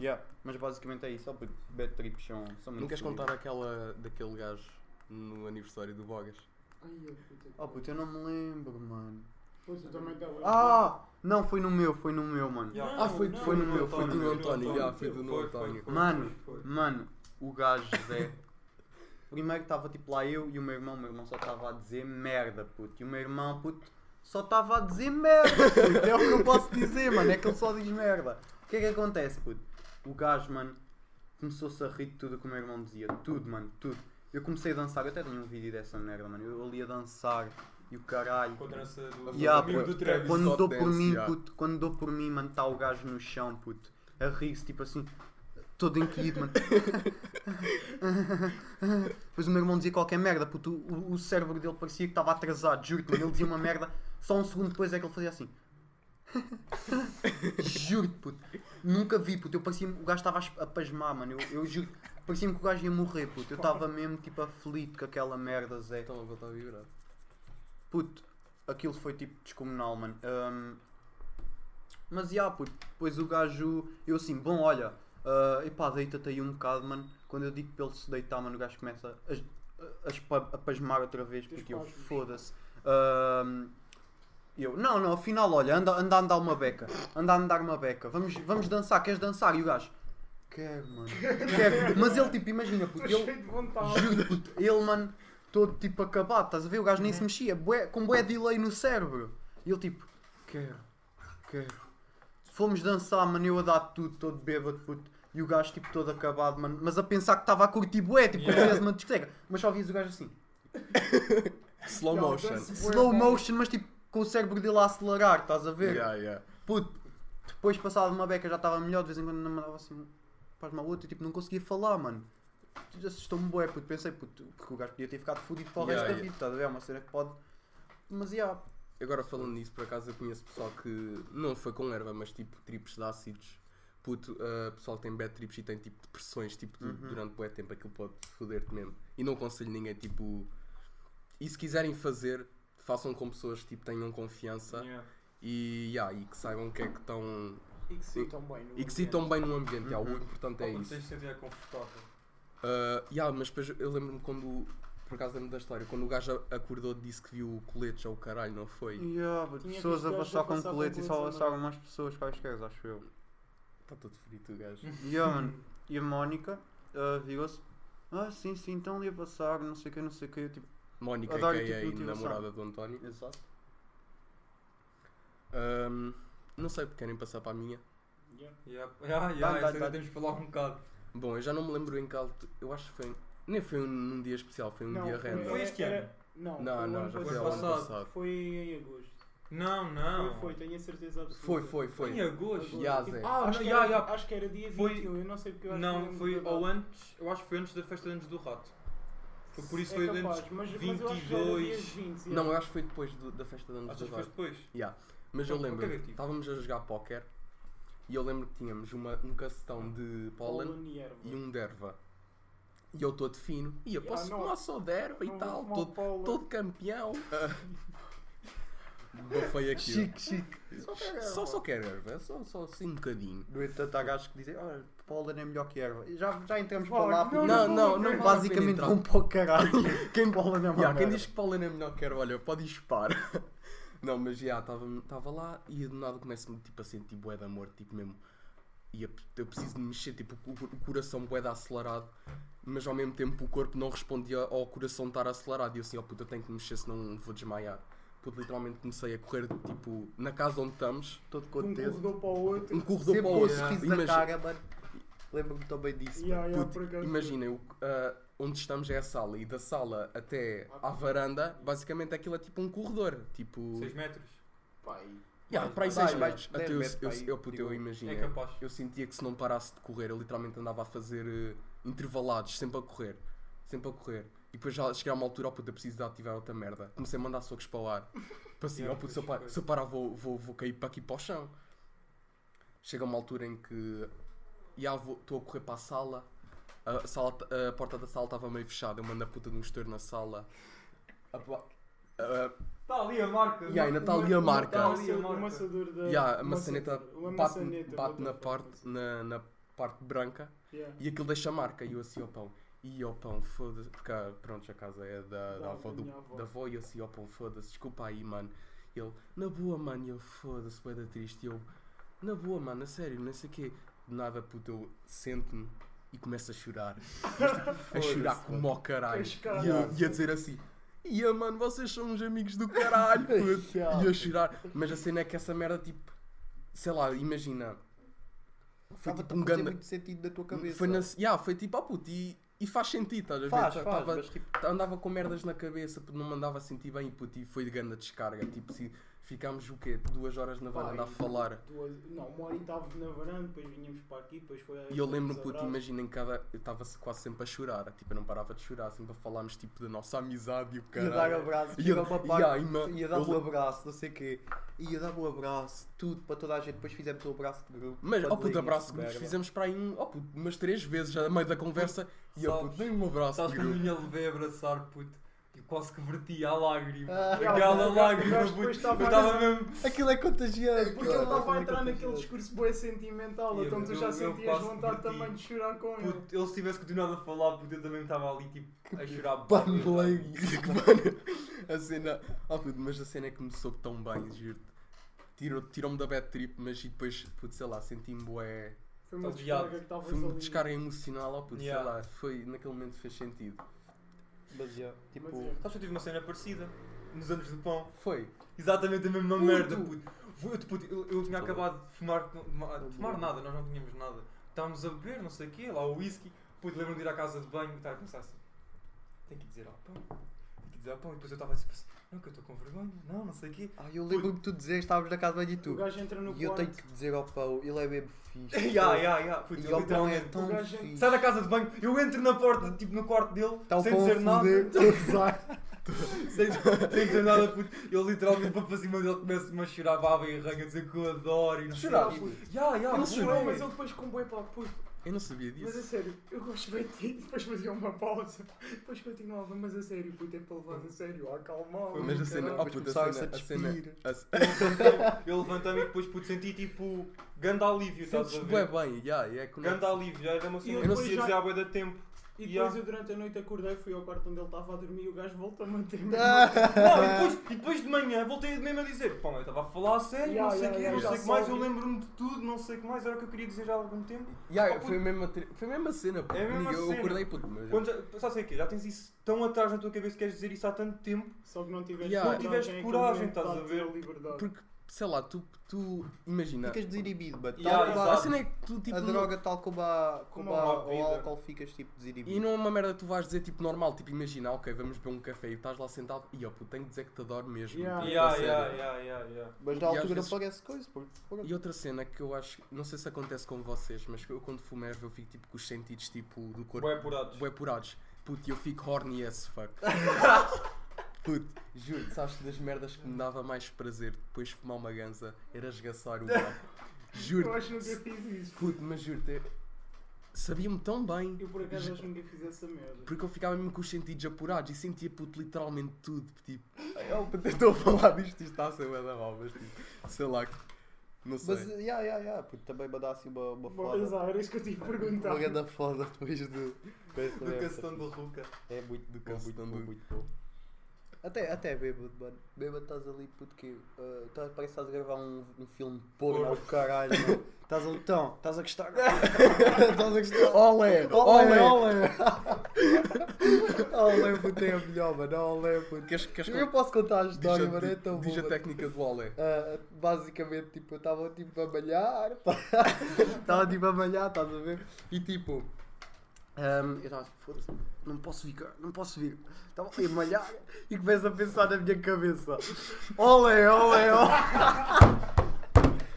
yeah. Mas basicamente é isso, só puto. Bad trips são, são muito.
Não queres
fodidos.
contar aquela daquele gajo no aniversário do Bogas?
Ai, eu puto.
Oh puto, eu não me lembro, mano.
Pois eu também estava.
Ah! Não, foi no meu, foi no meu, mano.
Ah, foi-
foi no meu, foi
do
no
António, já, foi do
Foi,
António.
foi, foi,
Mano.
foi, foi.
Mano, o gajo Zé. Primeiro estava tipo lá eu e o meu irmão, o meu irmão só estava a dizer merda, puto. E o meu irmão, puto, só estava a dizer merda, puto. É o que eu posso dizer, mano. É que ele só diz merda. O que é que acontece, puto? O gajo, mano, começou-se a rir de tudo o que o meu irmão dizia. Tudo, mano, tudo. Eu comecei a dançar, eu até tenho um vídeo dessa merda, mano. Eu ali a dançar e o caralho.
Com a dança do
Yeah,
amigo
puto.
do Travis.
Quando
Scott
dou por
dance,
mim,
yeah.
puto, quando dou por mim, mano, está o gajo no chão, puto, a rir-se, tipo assim, todo encolhido, mano. Depois o meu irmão dizia qualquer merda, puto, o, o cérebro dele parecia que estava atrasado, juro-te, mano, ele dizia uma merda, só um segundo depois é que ele fazia assim. juro-te, puto. Nunca vi, puto. Eu parecia o gajo estava a es- a pasmar, mano. Eu, eu juro. Parecia-me que o gajo ia morrer, puto. Eu estava mesmo tipo aflito com aquela merda, Zé.
Então eu vou estar a vibrar.
Puto, aquilo foi tipo descomunal, mano. Ahm, mas já, puto, depois o gajo. Eu assim, bom, olha, ah, epá, deita-te aí um bocado, mano. Quando eu digo para ele se deitar, mano, o gajo começa a, a, a espa- a pasmar outra vez,
Dos
porque eu
pasmos.
foda-se. Hum, Ahm, e eu, não, não, afinal, olha, anda, anda a andar uma beca, anda a andar uma beca, vamos, vamos dançar, queres dançar? E o gajo, quero, mano, quero. Mas ele, tipo, imagina, puto,
Estou
ele,
cheio de vontade.
Juro, puto, ele, mano, todo tipo acabado, estás a ver? O gajo nem se mexia, bué- com bué delay no cérebro. E ele tipo, quero, quero. Fomos dançar, mano, eu a dar tudo, todo bêbado, puto. E o gajo tipo todo acabado, mano, mas a pensar que estava a curtir bué, tipo, como se
Yeah.
fizesse uma discoteca. Mas só ouvias o gajo assim,
Slow
Yeah,
motion.
dança.
slow motion, mas tipo, com o cérebro dele a acelerar, estás a ver?
Yeah, yeah.
Puto, depois passado uma beca já estava melhor, de vez em quando não mandava assim, faz mal outro, e tipo, não conseguia falar, mano. Assustou-me bué, puto, pensei, puto, porque o gajo podia ter ficado fodido para o
Yeah,
resto da
yeah.
vida, estás a ver? É uma cena que pode. Mas, yeah.
Agora falando nisso, por acaso eu conheço pessoal que não foi com erva, mas tipo trips de ácidos. Puto, ah, pessoal que tem bad trips e tem tipo depressões tipo, du- durante bué tempo, aquilo pode foder-te mesmo. E não aconselho ninguém, tipo. E se quiserem fazer, façam com pessoas que tipo, tenham confiança
Yeah.
e, yeah, e que saibam o que é que estão.
E que se sintam bem. no
E que se estão bem no ambiente. yeah,
Uhum.
o importante é
Ou quando
isso.
tens de sentir confortável.
Ah, yeah, mas depois eu lembro-me quando. Por acaso lembro da história, quando o gajo acordou disse que viu coletes ao caralho, não foi?
Yeah, puto,
Tinha
pessoas
visto
a
gajo a
passar com
passar com
coletes e só
coletes a
avançaram mais pessoas quaisquer, acho eu.
Está Tá todo frito o gajo.
Yeah, mano. E a Mónica ah, virou-se, ah, sim, sim, então ali a passar, não sei o que, não sei o que, eu tipo.
Mónica, que
Adoro,
é
tipo, motivação.
namorada do António.
Exato.
Ahm, não sei porque querem passar para a minha.
Yeah.
Yeah. Yeah,
Dá,
yeah,
dá,
isso ainda
dá.
temos que falar um bocado.
Bom, eu já não me lembro em que alto. Eu acho que foi. Nem foi um- num dia especial, foi um
Não,
dia
foi-
random.
Foi este
Era-
ano?
Não,
Não,
foi o
não,
ano
já foi
passado.
ao ano
Passado.
passado.
Foi em agosto.
Não, não.
Foi, foi, tenho a certeza absoluta.
Foi, foi, foi.
Em agosto.
Agosto.
Ya,
Tipo,
Zé.
Ah,
acho,
não,
que
ya,
era,
ya.
acho que era dia
Foi-
21, eu não sei porque eu acho que um
Não,
era
foi
muito
ou
dado.
antes, eu acho que foi antes da festa de anos do rato. Foi por isso
É
foi
capaz,
antes.
mas, mas eu acho que era dias
22.
20,
Não,
yeah.
eu acho que foi depois do- da festa de anos
Achas
do
que foi
Eduardo.
depois?
Yeah. Mas eu
Então, o que é que eu
lembro,
tive?
estávamos a jogar póquer e eu lembro que tínhamos uma, um cacetão de pólen
Paulo Nierva.
e um derva. E eu todo fino. E eu
Ya,
posso
não.
fumar só derva
Não
e
vou
tal,
fumar
todo,
Paulo.
todo campeão. Não foi aquilo.
Chique, chique.
Só, só quero erva, só, só assim um bocadinho.
No entanto, há gajos que dizem, olha, Paula é melhor que erva. Já, já entramos
Olha,
para lá, porque-
não,
Não, não,
não
não.
vale
Basicamente vão para o caralho. Quem bola na mão.
Yeah, quem diz que Paulina é melhor que era, olha, pode disparar. Não, mas já, estava lá e do nada começo-me tipo, a sentir bué de amor, tipo mesmo. E eu- eu preciso de mexer, tipo, o, o coração bué de acelerado, mas ao mesmo tempo o corpo não respondia ao coração estar acelerado. E eu assim, ó puta, eu tenho que mexer, senão vou desmaiar. Puto, literalmente comecei a correr, tipo, na casa onde estamos,
Todo
Um
contente.
corredor para o outro.
um corredor
Sempre
para o
com o
outro.
sorriso na
Imagina-
cara, mano. Lembro-me também disso.
Ya, ya,
Puto,
por acaso.
imagina, eu, ah, onde estamos é a sala e da sala até
Ah,
à varanda, basicamente aquilo é tipo um corredor. Tipo.
6 metros?
Pai.
Yeah, para aí
Vai,
6
vai,
metros.
dez
Até eu,
metros para
eu,
aí,
eu, puto, eu
digo,
imagino.
É capaz.
Eu sentia que se não parasse de correr, eu literalmente andava a fazer eh, intervalados, sempre a correr. Sempre a correr. E depois já cheguei a uma altura, oh puta, preciso de ativar outra merda. Comecei a mandar socos para o ar. Para assim,
Yeah,
oh puta, se eu,
pois
par-
foi.
se eu parar vou, vou, vou cair para aqui para o chão. Chega uma altura em que já vou- estou a correr para a sala. A, sala t- a porta da sala estava meio fechada. Eu mando a puta de um estouro na sala. Apa- ah,
Está ali a marca.
Ya, ainda está ali a marca.
Está
O
ali a
maço- o
marca.
maçador da.
Yeah, a
o
maçaneta
maçador- Eh, uma
bate,
maçaneta,
bate na,
what the fuck,
parte, na, na parte branca
yeah.
e aquilo deixa marca. E eu assim, ó pão, e ó pão, foda-se. Porque ah, pronto, a casa é da, da
Da
avó do,
minha avó.
da avó. E eu assim, ó pão, foda-se, desculpa aí, mano. E ele, na boa, mano, e eu foda-se, bué da triste. E eu, na boa, mano, a sério, não sei o quê. De nada, puto, eu sento-me e começo a chorar. tipo, a chorar como ao caralho.
Pois, caralho.
E eu- e a dizer assim. Ia, mano, vocês são uns amigos do caralho, puto. E a chorar. Mas a cena é que essa merda, tipo, sei lá, imagina. Foi
Estava
tipo
a
um
fazer
ganda.
muito sentido na tua cabeça.
Foi, na... yeah, foi tipo, ah puto, e, e faz sentido, estás a ver?
Faz,
Ta-
faz,
tava- tá,
mas tipo,
andava com merdas na cabeça, puto, não me andava a sentir bem puto, e foi de ganda descarga. Tipo, se Ficámos o quê? Duas horas na varanda a
Pá, e
falar.
duas- não, uma hora e estávamos na varanda, depois vinhamos para aqui, depois foi
E eu lembro, puto,
abraços.
imagina em cada. Eu estava quase sempre a chorar. Tipo, eu não parava de chorar, sempre a falarmos tipo da nossa amizade e o
Ia dar
caralho.
abraço,
E
ia
eu-
uma
e
parte,
aí, mano,
ia
eu
dar um
le-
abraço, não sei o quê. Ia dar um abraço, tudo para toda a gente. Depois fizemos o abraço de grupo.
Mas, ó puto,
padelinha,
abraço de grupos,
merda.
fizemos para aí um, ó puto, umas três vezes já no meio da conversa e eu,
Sabes-
puto, dei um abraço
Sabes
de
que eu
grupo.
me levei a abraçar, puto. E quase que verti a lágrima.
Ah,
Aquela
o gajo- o
lágrima,
gajo
puto. Eu
depois estava a
estava
dizer-
mesmo.
Aquilo é contagiante.
Porque ele
cara,
estava a
aquilo é
entrar naquele
contagiante.
discurso bué sentimental,
E eu-
então tu
eu-
já
eu
sentias
quase
vontade
diverti.
também de chorar com ele.
Puto, ele se tivesse continuado a falar, puto, eu também estava ali, tipo, a chorar.
Paneleiro.
Que, mano, a cena. Oh, puto, mas a cena é que me soube tão bem, juro-te. Tirou- Tirou-me da bad trip, mas e depois, puto, sei lá, senti-me bué.
Foi uma
Tá viado.
descarga que estava
Foi uma
ali.
descarga emocional, oh, puto,
Yeah.
sei lá, foi, naquele momento fez sentido.
Mas, yeah, tipo,
Mas, é, yeah.
Sabes que eu tive uma cena parecida nos anos do pão.
Foi.
Exatamente a mesma
Puto!
merda, puto. Eu, puto, eu, eu tinha
Tá bom.
acabado de fumar, de
bom.
fumar nada, nós não tínhamos nada. Estávamos a beber, não sei o quê, lá o whisky. Puto, lembro-me de ir à casa de banho e estar a pensar assim: tenho que dizer ao pão, tenho que dizer ao pão. E depois eu estava assim, assim, não, que eu estou com vergonha, não, não sei o quê.
Ah, eu lembro-me de tu dizer estavas na casa de banho e
O
tu.
gajo entra no
E eu tenho
quarto.
que dizer ao Pau, ele é mesmo fixe.
Ya, ya, ya, puto,
E
eu
o Pão é
literalmente.
tão
Então,
o gajo-
fixe.
Sai da casa de banho, eu entro na porta, tipo no quarto dele,
Tá o
sem
Pão a
dizer nada.
foder. Exato.
Sem, sem dizer nada, puto. Eu literalmente vou para cima dele, começo-me a chorar baba e arranha, a dizer que eu adoro e não é. sei
Chorar,
o quê.
puto.
Ya, ya,
Eu não
bué.
chorei,
Não, mas ele depois com bué pá, puto.
Eu não sabia
Mas a
disso.
sério, eu gosto bem de ti. Depois fazia uma pausa. Depois continuava, mas a sério, puto, é para levar a sério. Ah, calma.
Mas, a cena, oh,
Depois
puto, a
começaram-se
cena,
a
a cena.
despir.
A cena
Eu levantei-me e depois pude sentir tipo ganda alívio, estás a
Sentes bué
ver?
bem, ya, e é que não-
Ganda alívio, já era uma cena
Eu
que eu
não
não
sei-
ia dizer há bué da tempo.
E depois
Yeah.
eu durante a noite acordei, fui ao quarto onde ele estava a dormir e o gajo voltou-me a ter
Ah.
Não, e depois, e depois de manhã voltei mesmo a dizer, pá, eu estava a falar a sério,
Yeah,
não sei o
yeah,
quê,
yeah,
não
já
sei o que mais,
soube.
eu lembro-me de tudo, não sei o que mais, era o que eu queria dizer já há algum tempo.
Ya,
Oh,
foi, a mesma tri- foi a mesma cena, puto.
É a mesma
eu
cena.
acordei, puto, mas.
Quando já, sabes o quê? Já tens isso tão atrás na tua cabeça que queres dizer isso há tanto tempo.
Só que não tiveste,
Yeah.
Não tiveste
tem
coragem,
aquele
estás
momento
a ver?
de liberdade.
Porque, sei lá, tu, tu imagina.
Ficas desinibido, mano.
Yeah,
Tal como
A
exato.
a-
cena é que tu, tipo.
A
não-
droga, tal como a- como
Como
a-
uma
o
bebida.
álcool, ficas tipo
E
desinibido.
não é uma merda que tu vais dizer tipo normal, tipo imagina, ok, vamos beber um café e estás lá sentado e ó, puto, tenho que dizer que te adoro mesmo. Tipo,
Yeah.
puto, a
Ya,
sério.
ya, ya, ya, ya.
Mas
e
na
às
altura
vezes-
parece coisa, por por-
E outra cena que eu acho, não sei se acontece com vocês, mas eu quando fumo erva eu fico tipo com os sentidos tipo do corpo
Bué apurados.
bué apurados. Puto, e eu fico horny as fuck. Puto, juro, sabes que das merdas que me dava mais prazer depois de fumar uma ganza era esgaçar o ar.
Eu
Juro,
acho que nunca fiz isso.
puto, mas juro-te, eu- sabia-me tão bem.
Eu por acaso acho que nunca fiz essa merda.
Porque eu ficava mesmo com os sentidos apurados e sentia puto literalmente tudo. Tipo,
é
eu
um
estou a falar disto e está a ser bué da mal, mas tipo, sei lá. Não sei.
Mas, eh, ya, ya, ya, porque também mandasse uma, uma
Bom,
foda. é
exato, Então. era é isso que eu tive que
Uma
perguntar.
grande foda depois do. dessa
Do
época.
castão do Ruca.
É muito do
bom, muito bom,
muito bom. Até, até bêbado, mano. Bêbado estás ali porque ah, tá- parece que estás a gravar um, um filme porno ao caralho, mano. Estás a então, estás a gostar. Estás a gostar. Olé, olé,
olé.
olé. Olé, puto, é a melhor, mano. Olé, puto.
Queres, queres que
Eu posso contar a história,
diz a-
mano. É tão
diz
bom.
a
mano.
técnica do olé.
Ah, basicamente, tipo, eu estava tipo a malhar, estava tipo a malhar, estás a ver? E tipo, ahm, eu estava tipo, foda-se, não posso vir, cara, não posso vir. Estava ali a malhar e começo a pensar na minha cabeça: olé, olé, olé.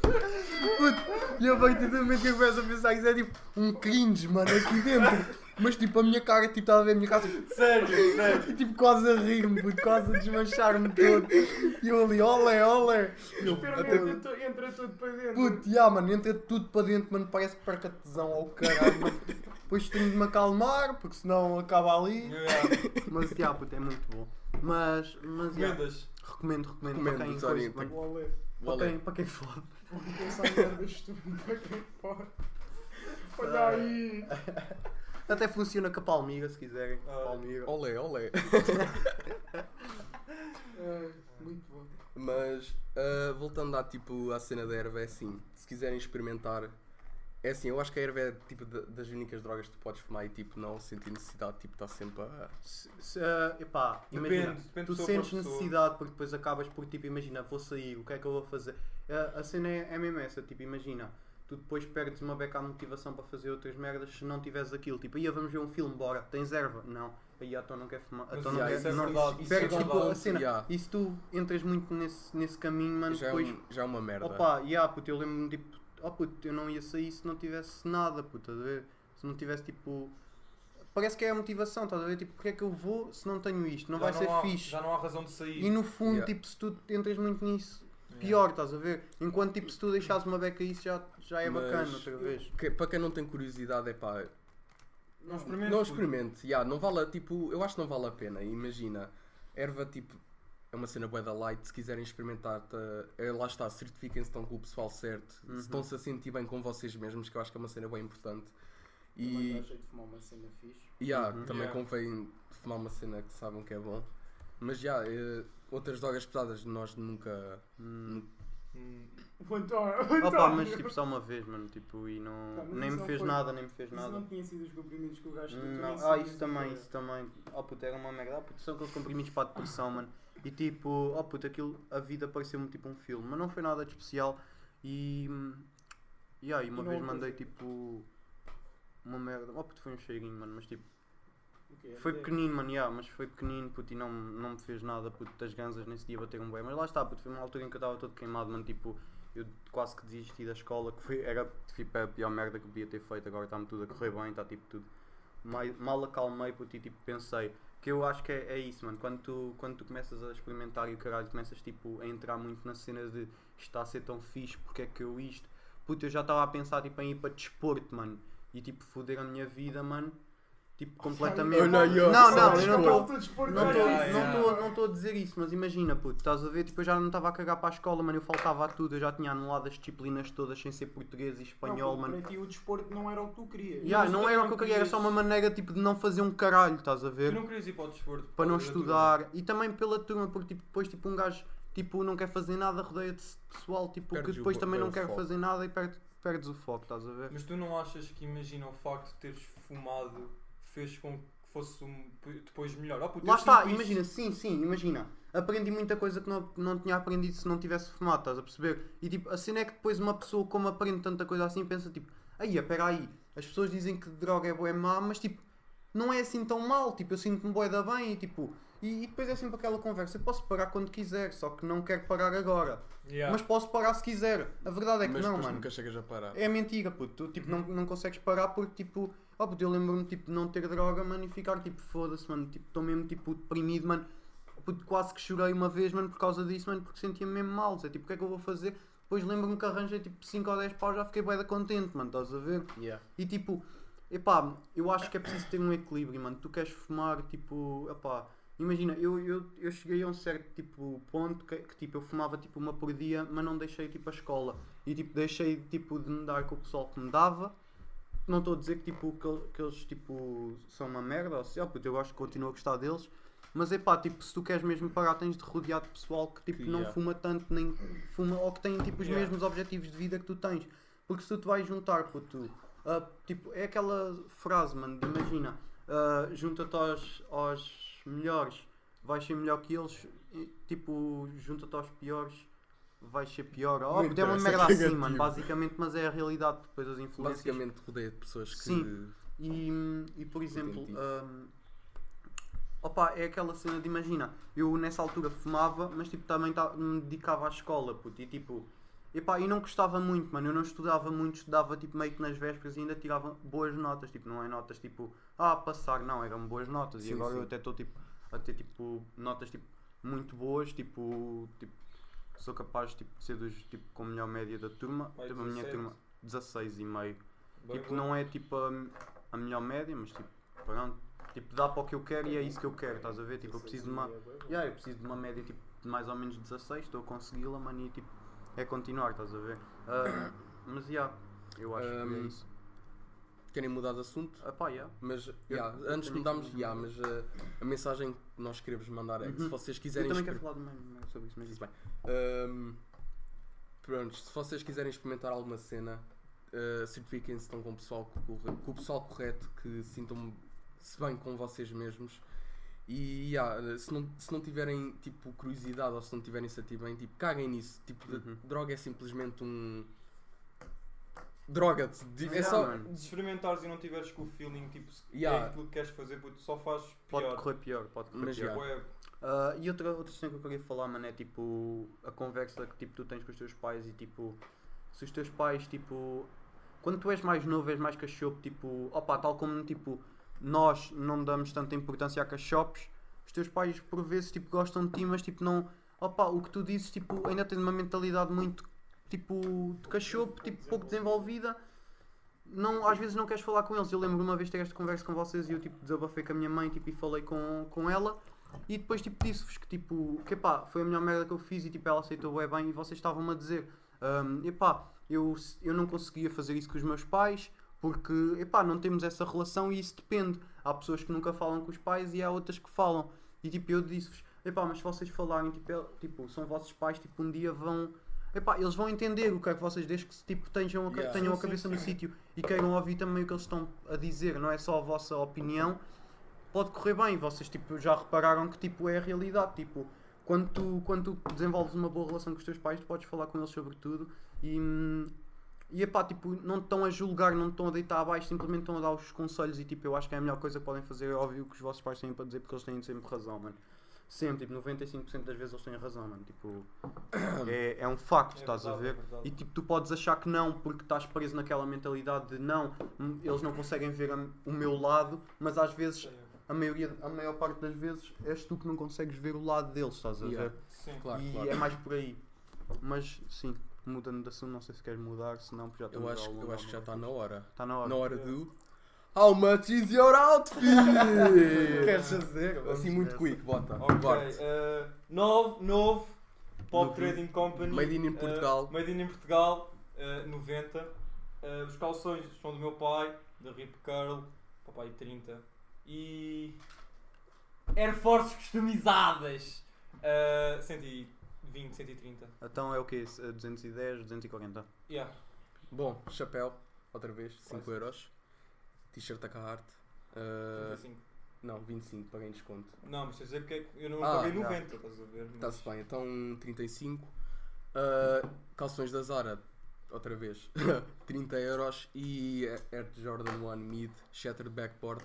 Puto, E eu vejo totalmente eu começo a pensar que isso é tipo um cringe, mano, aqui dentro. Mas tipo, a minha cara, tipo, estava a ver a minha cara tipo,
Sério, sério.
e, tipo, quase a rir-me, puto, quase a desmanchar-me todo. E eu ali, olé, olé. E eu,
Espera
até-
mesmo, entra- entra tudo para dentro.
Puto, ya, mano, entra tudo para dentro, mano, parece que perca tesão ao caralho, mano. Depois tenho de me acalmar, porque senão acaba ali.
Ya, ya.
Mas, ya, puto, é muito bom. Mas, mas, ya,
Recomendas.
recomendo, recomendo,
Recomendo,
para quem coisa,
desorienta.
tipo,
mano.
O Olé.
O
Para quem,
olé.
para quem fode.
Vou pensar merdas estúpidas. Olha aí.
Até funciona com a Palmira, se quiserem.
Ah.
Palmira.
Olé, olé.
Ai, É, muito bom.
Mas ah, voltando à, tipo, à cena da erva, é assim, se quiserem experimentar, é assim, eu acho que a erva é tipo da- das únicas drogas que tu podes fumar e tipo não sentir necessidade, tipo está sempre a.
Se, se, ah, epá,
Depende,
imagina,
depende
tu
pessoa
sentes
para pessoa.
necessidade porque depois acabas por tipo, imagina, vou sair, o que é que eu vou fazer? Ah, a cena é, é mesmo essa, tipo, imagina, tu tu depois perdes uma beca à motivação para fazer outras merdas se não tiveres aquilo. Tipo, aí vamos ver um filme, bora, tens erva? Não. Aí a tua não quer fumar, a
Mas
tua não
yeah,
quer...
isso é
não-
verdade, isso é
perdes, tipo,
verdade.
a cena.
Yeah.
E se tu entras muito nesse, nesse caminho, mano,
já, é
depois...
um- já é uma merda.
Opa, yeah, puto, eu lembro-me, tipo, oh puto, eu não ia sair se não tivesse nada, puto, estás a ver? Se não tivesse, tipo... Parece que é a motivação, estás a ver? Tipo, porque é que eu vou se não tenho isto? Não
Já
vai ser
há,
fixe.
Já não há razão de sair.
E no fundo,
Yeah.
tipo, se tu entras muito nisso,
Yeah.
pior, estás a ver? Enquanto, tipo, se tu deixares uma beca isso, já, já é
Mas-
bacana outra vez.
Que- para quem não tem curiosidade, é pá,
Não experimento.
Não experimente, yeah, não vale a- tipo, eu acho que não vale a pena, imagina, erva tipo, é uma cena bué da light, se quiserem experimentar, tá, eh, lá está, certifiquem-se estão com o pessoal certo,
Uhum.
se estão-se a sentir bem com vocês mesmos, que eu acho que é uma cena bem importante.
Também
E
dá jeito de fumar uma cena fixe.
yeah,
Uhum.
também
Yeah.
convém fumar uma cena que sabem que é bom. Mas já, outras drogas pesadas nós nunca.
Hum,
O António, o
Opa,
António.
mas tipo só uma vez, mano, tipo, e não.
Tá, Então. mas
nem
isso
me
não
fez
foi-
nada, nem me fez
Isso
nada.
não tinha sido os comprimidos que o gajo tinha
Não. Ah, isso também, isso também. Oh puto, era uma merda. Oh puto, são aqueles comprimidos para a depressão, mano. E tipo, oh puto, aquilo, a vida pareceu-me tipo um filme, mas não foi nada de especial. E. E aí, uma
E não
vez
aconteceu.
mandei tipo. Uma merda. Oh puto, foi um cheirinho, mano, mas tipo.
O quê?
Foi
Até-
pequenino, mano, yeah, mas foi pequenino, puto, e não, não me fez nada, puto, das ganzas nesse dia bateram bem. Mas lá está, puto, foi uma altura em que eu estava todo queimado, mano, tipo, eu quase que desisti da escola, que foi, era, tipo, a pior merda que podia ter feito, agora está-me tudo a correr bem, está, tipo, tudo... Mai- mal acalmei, puto, e, tipo, pensei, que eu acho que é, é isso, mano, quando tu, quando tu começas a experimentar e o caralho, começas, tipo, a entrar muito na cena de isto está a ser tão fixe, porque é que eu isto... Puto, eu já estava a pensar, tipo, em ir para desporto, mano, e, tipo, foder a minha vida, mano, tipo, completamente...
Eu não, eu-
não,
só
não, eu não
desporto.
estou...
Estou um desporto,
Não
olha
estou
isso. é
yeah.
a dizer isso, mas imagina, puto, estás a ver? Tipo, eu já não estava a cagar para a escola, mano, eu faltava a tudo, eu já tinha anulado as disciplinas todas sem ser português e espanhol,
Não,
mano.
Para ti o um desporto não era o que tu querias.
Yeah,
Mas tu
não
também
era o que eu queria, era só uma maneira tipo, de não fazer um caralho, estás a
Tu
ver?
não querias ir para o desporto? por
Para não
causa da tua-
estudar. E também pela turma, porque tipo, depois tipo, um gajo tipo, não quer fazer nada, rodeia de pessoal tipo, que
Perdes o
depois
fo-
também
é o
não quer
foco.
fazer nada e perde- perdes o foco, estás a ver?
Mas tu não achas que, imagina, o facto de teres fumado fez com que fosse um- depois melhor? Oh, puto,
Lá
eu
está,
sinto isso.
imagina, sim, sim, imagina. Aprendi muita coisa que não, não tinha aprendido se não tivesse fumado, estás a perceber? E tipo, a cena é que depois uma pessoa, como aprende tanta coisa assim, pensa tipo, aí, espera aí, as pessoas dizem que droga é boa é má, mas tipo, não é assim tão mal, tipo, eu sinto-me boeda bem e tipo, e, e depois é sempre aquela conversa, eu posso parar quando quiser, só que não quero parar agora,
Yeah.
mas posso parar se quiser. A verdade é que
mas
não,
depois
mano.
nunca chegas a parar.
É mentira, puto. Tu, tipo, não, não consegues parar porque, tipo... Oh, puto, eu lembro-me, tipo, de não ter droga, mano, e ficar, tipo, foda-se, mano. Tipo, estou mesmo, tipo, deprimido, mano. Puto, quase que chorei uma vez, mano, por causa disso, mano, porque sentia-me mesmo mal. Zé. Tipo, o que é que eu vou fazer? Depois lembro-me que arranjei, tipo, 5 ou 10 pau, já fiquei bué da contente, mano, estás a ver?
Yeah.
E, tipo, epá, eu acho que é preciso ter um equilíbrio, mano. Tu queres fumar, tipo, epá... Imagina, eu, eu, eu cheguei a um certo tipo ponto que, que, tipo eu fumava tipo uma por dia, mas não deixei tipo a escola e tipo deixei tipo de me dar com o pessoal que me dava. Não estou a dizer que tipo que, el- que eles tipo são uma merda, ou se ah, puto, eu gosto continuo a gostar deles, mas é pá, tipo, se tu queres mesmo parar, tens de rodear de pessoal que tipo
Que,
não
yeah.
fuma tanto nem fuma ou que tem tipo os
Yeah.
mesmos objetivos de vida que tu tens. Porque se tu te vais juntar, puto, ah, tipo, é aquela frase, mano, de imagina, ah, junta-te aos, aos melhores, vais ser melhor que eles, e, tipo, junta-te aos piores, vais ser pior. Oh,
Não
puto, é uma
interessa,
merda
que é
assim, mano,
negativo.
basicamente, mas é a realidade, depois as influências.
Basicamente rodeia de pessoas que.
Sim. E, e por exemplo,
Entendi.
hum, opa, é aquela cena de imagina, eu nessa altura fumava, mas tipo também ta- me dedicava à escola, puto, e tipo, epá, eu não gostava muito, mano, eu não estudava muito, estudava tipo meio que nas vésperas e ainda tirava boas notas, tipo, não é notas tipo, ah, passar, não, eram boas notas, e
Sim,
agora
sim.
eu até estou tipo, a ter tipo, notas tipo, muito boas, tipo, tipo, sou capaz tipo, de ser dos, tipo, com a melhor média da turma,
Vai,
tipo, a minha
17.
turma, 16 e meio.
Bem
Tipo,
bom.
não é tipo a, a melhor média, mas tipo, pronto. Tipo, dá para o que eu quero e é isso que eu quero, estás a ver? Tipo, eu preciso de uma. Yeah, eu preciso de uma média tipo, de mais ou menos 16, estou a consegui-la, mano, e tipo, é continuar, estás a ver? Ah, mas já, eu acho que é
Ahm,
isso.
Querem mudar de assunto?
Ah, pá, yeah.
Mas, yeah,
eu
antes de
também
mudarmos,
quero
yeah, mas
mudar.
uh, a mensagem que nós queremos mandar é que se
Uhum.
vocês
Eu
quiserem.
também quero
exper-
falar de mais sobre isso, mas
Diz
isso.
bem. Ahm, pronto, se vocês quiserem experimentar alguma cena, uh, certifiquem-se então com o, pessoal que corre- com o pessoal correto, que sintam-se bem com vocês mesmos. E yeah, uh, se, não, se não tiverem tipo curiosidade ou se não tiverem se bem, tipo, caguem nisso. Tipo, de-
Uhum.
droga é simplesmente um. droga-te. Di- É
Yeah,
só.
Ah, mano.
Se experimentares e não tiveres com o feeling, tipo, se
Yeah.
é aquilo que queres fazer, puto, só fazes
Pode
pior.
correr pior, pode correr
Mas
pior.
já.
Ué,
Ah, e outra, outra cena que eu queria falar, mano, é tipo a conversa que tipo, tu tens com os teus pais e tipo, se os teus pais, tipo, quando tu és mais novo, és mais cachorro, tipo, opa, tal como tipo, nós não damos tanta importância a cachopos, os teus pais por vezes tipo, gostam de ti, mas tipo, não, opa, o que tu dizes, tipo, ainda tens uma mentalidade muito, tipo, de cachorro, tipo, pouco desenvolvida. Não, às vezes não queres falar com eles. Eu lembro uma vez ter esta conversa com vocês e eu tipo desabafei com a minha mãe tipo, e falei com, com ela e depois tipo disse-vos que tipo, que pá, foi a melhor merda que eu fiz e tipo ela aceitou bem bem e vocês estavam-me a dizer, hum, epá, eu, eu não conseguia fazer isso com os meus pais porque, epá, não temos essa relação e isso depende. Há pessoas que nunca falam com os pais e há outras que falam. E tipo, eu disse-vos, epá, mas se vocês falarem, tipo, el- tipo, são vossos pais, tipo, um dia vão... Epá, eles vão entender o que é que vocês, desde que tipo, tenham, a, ca-
Yeah.
tenham a
Sim, sim,
cabeça no sítio e queiram ouvir também o que eles estão a dizer, não é só a vossa opinião, pode correr bem. Vocês tipo, já repararam que tipo, é a realidade. Tipo, quando, tu, quando tu desenvolves uma boa relação com os teus pais, tu podes falar com eles sobre tudo e, hum, e epá, tipo, não te estão a julgar, não te estão a deitar abaixo, simplesmente estão a dar os conselhos e tipo, eu acho que é a melhor coisa que podem fazer é ouvir o que os vossos pais têm para dizer porque eles têm sempre razão, mano. Sempre, tipo, 95% das vezes eles têm razão, mano. Tipo, é, é um facto,
é
estás a
verdade, é
ver?
verdade.
E tipo, tu podes achar que não, porque estás preso naquela mentalidade de não, hum, eles não conseguem ver a- o meu lado, mas às vezes, a, maioria, a maior parte das vezes, és tu que não consegues ver o lado deles, estás a
Yeah.
ver?
Sim.
Claro,
e
claro.
é mais por aí. Mas sim, mudando de assunto, não sei se queres mudar, se não, porque já
Eu acho, eu acho que já está na hora.
Está Tá na hora.
Na hora do. How much is your outfit?
Queres fazer?
assim muito quick, bota.
Ok,
Bora.
eh, novo, novo, Pop
Novinho.
Trading Company.
Made in
eh,
Portugal.
made in Portugal, eh, 90. Eh, os calções são do meu pai, da Rip Curl, papai 30. E. Air Force customizadas! eh, 120, 130.
Então é o quê? Se- 210, 240.
Yeah.
Bom, chapéu, outra vez, 5 euros. T-shirt da Carhartt. ah,
35.
não, 25, paguei em desconto.
Não, mas quer dizer que é que eu não
Ah,
paguei
já.
90, estás a ver? mas-
Está-se bem, então 35. Ah, calções da Zara, outra vez, 30 euros. E Air Jordan 1 Mid, Shattered Backboard.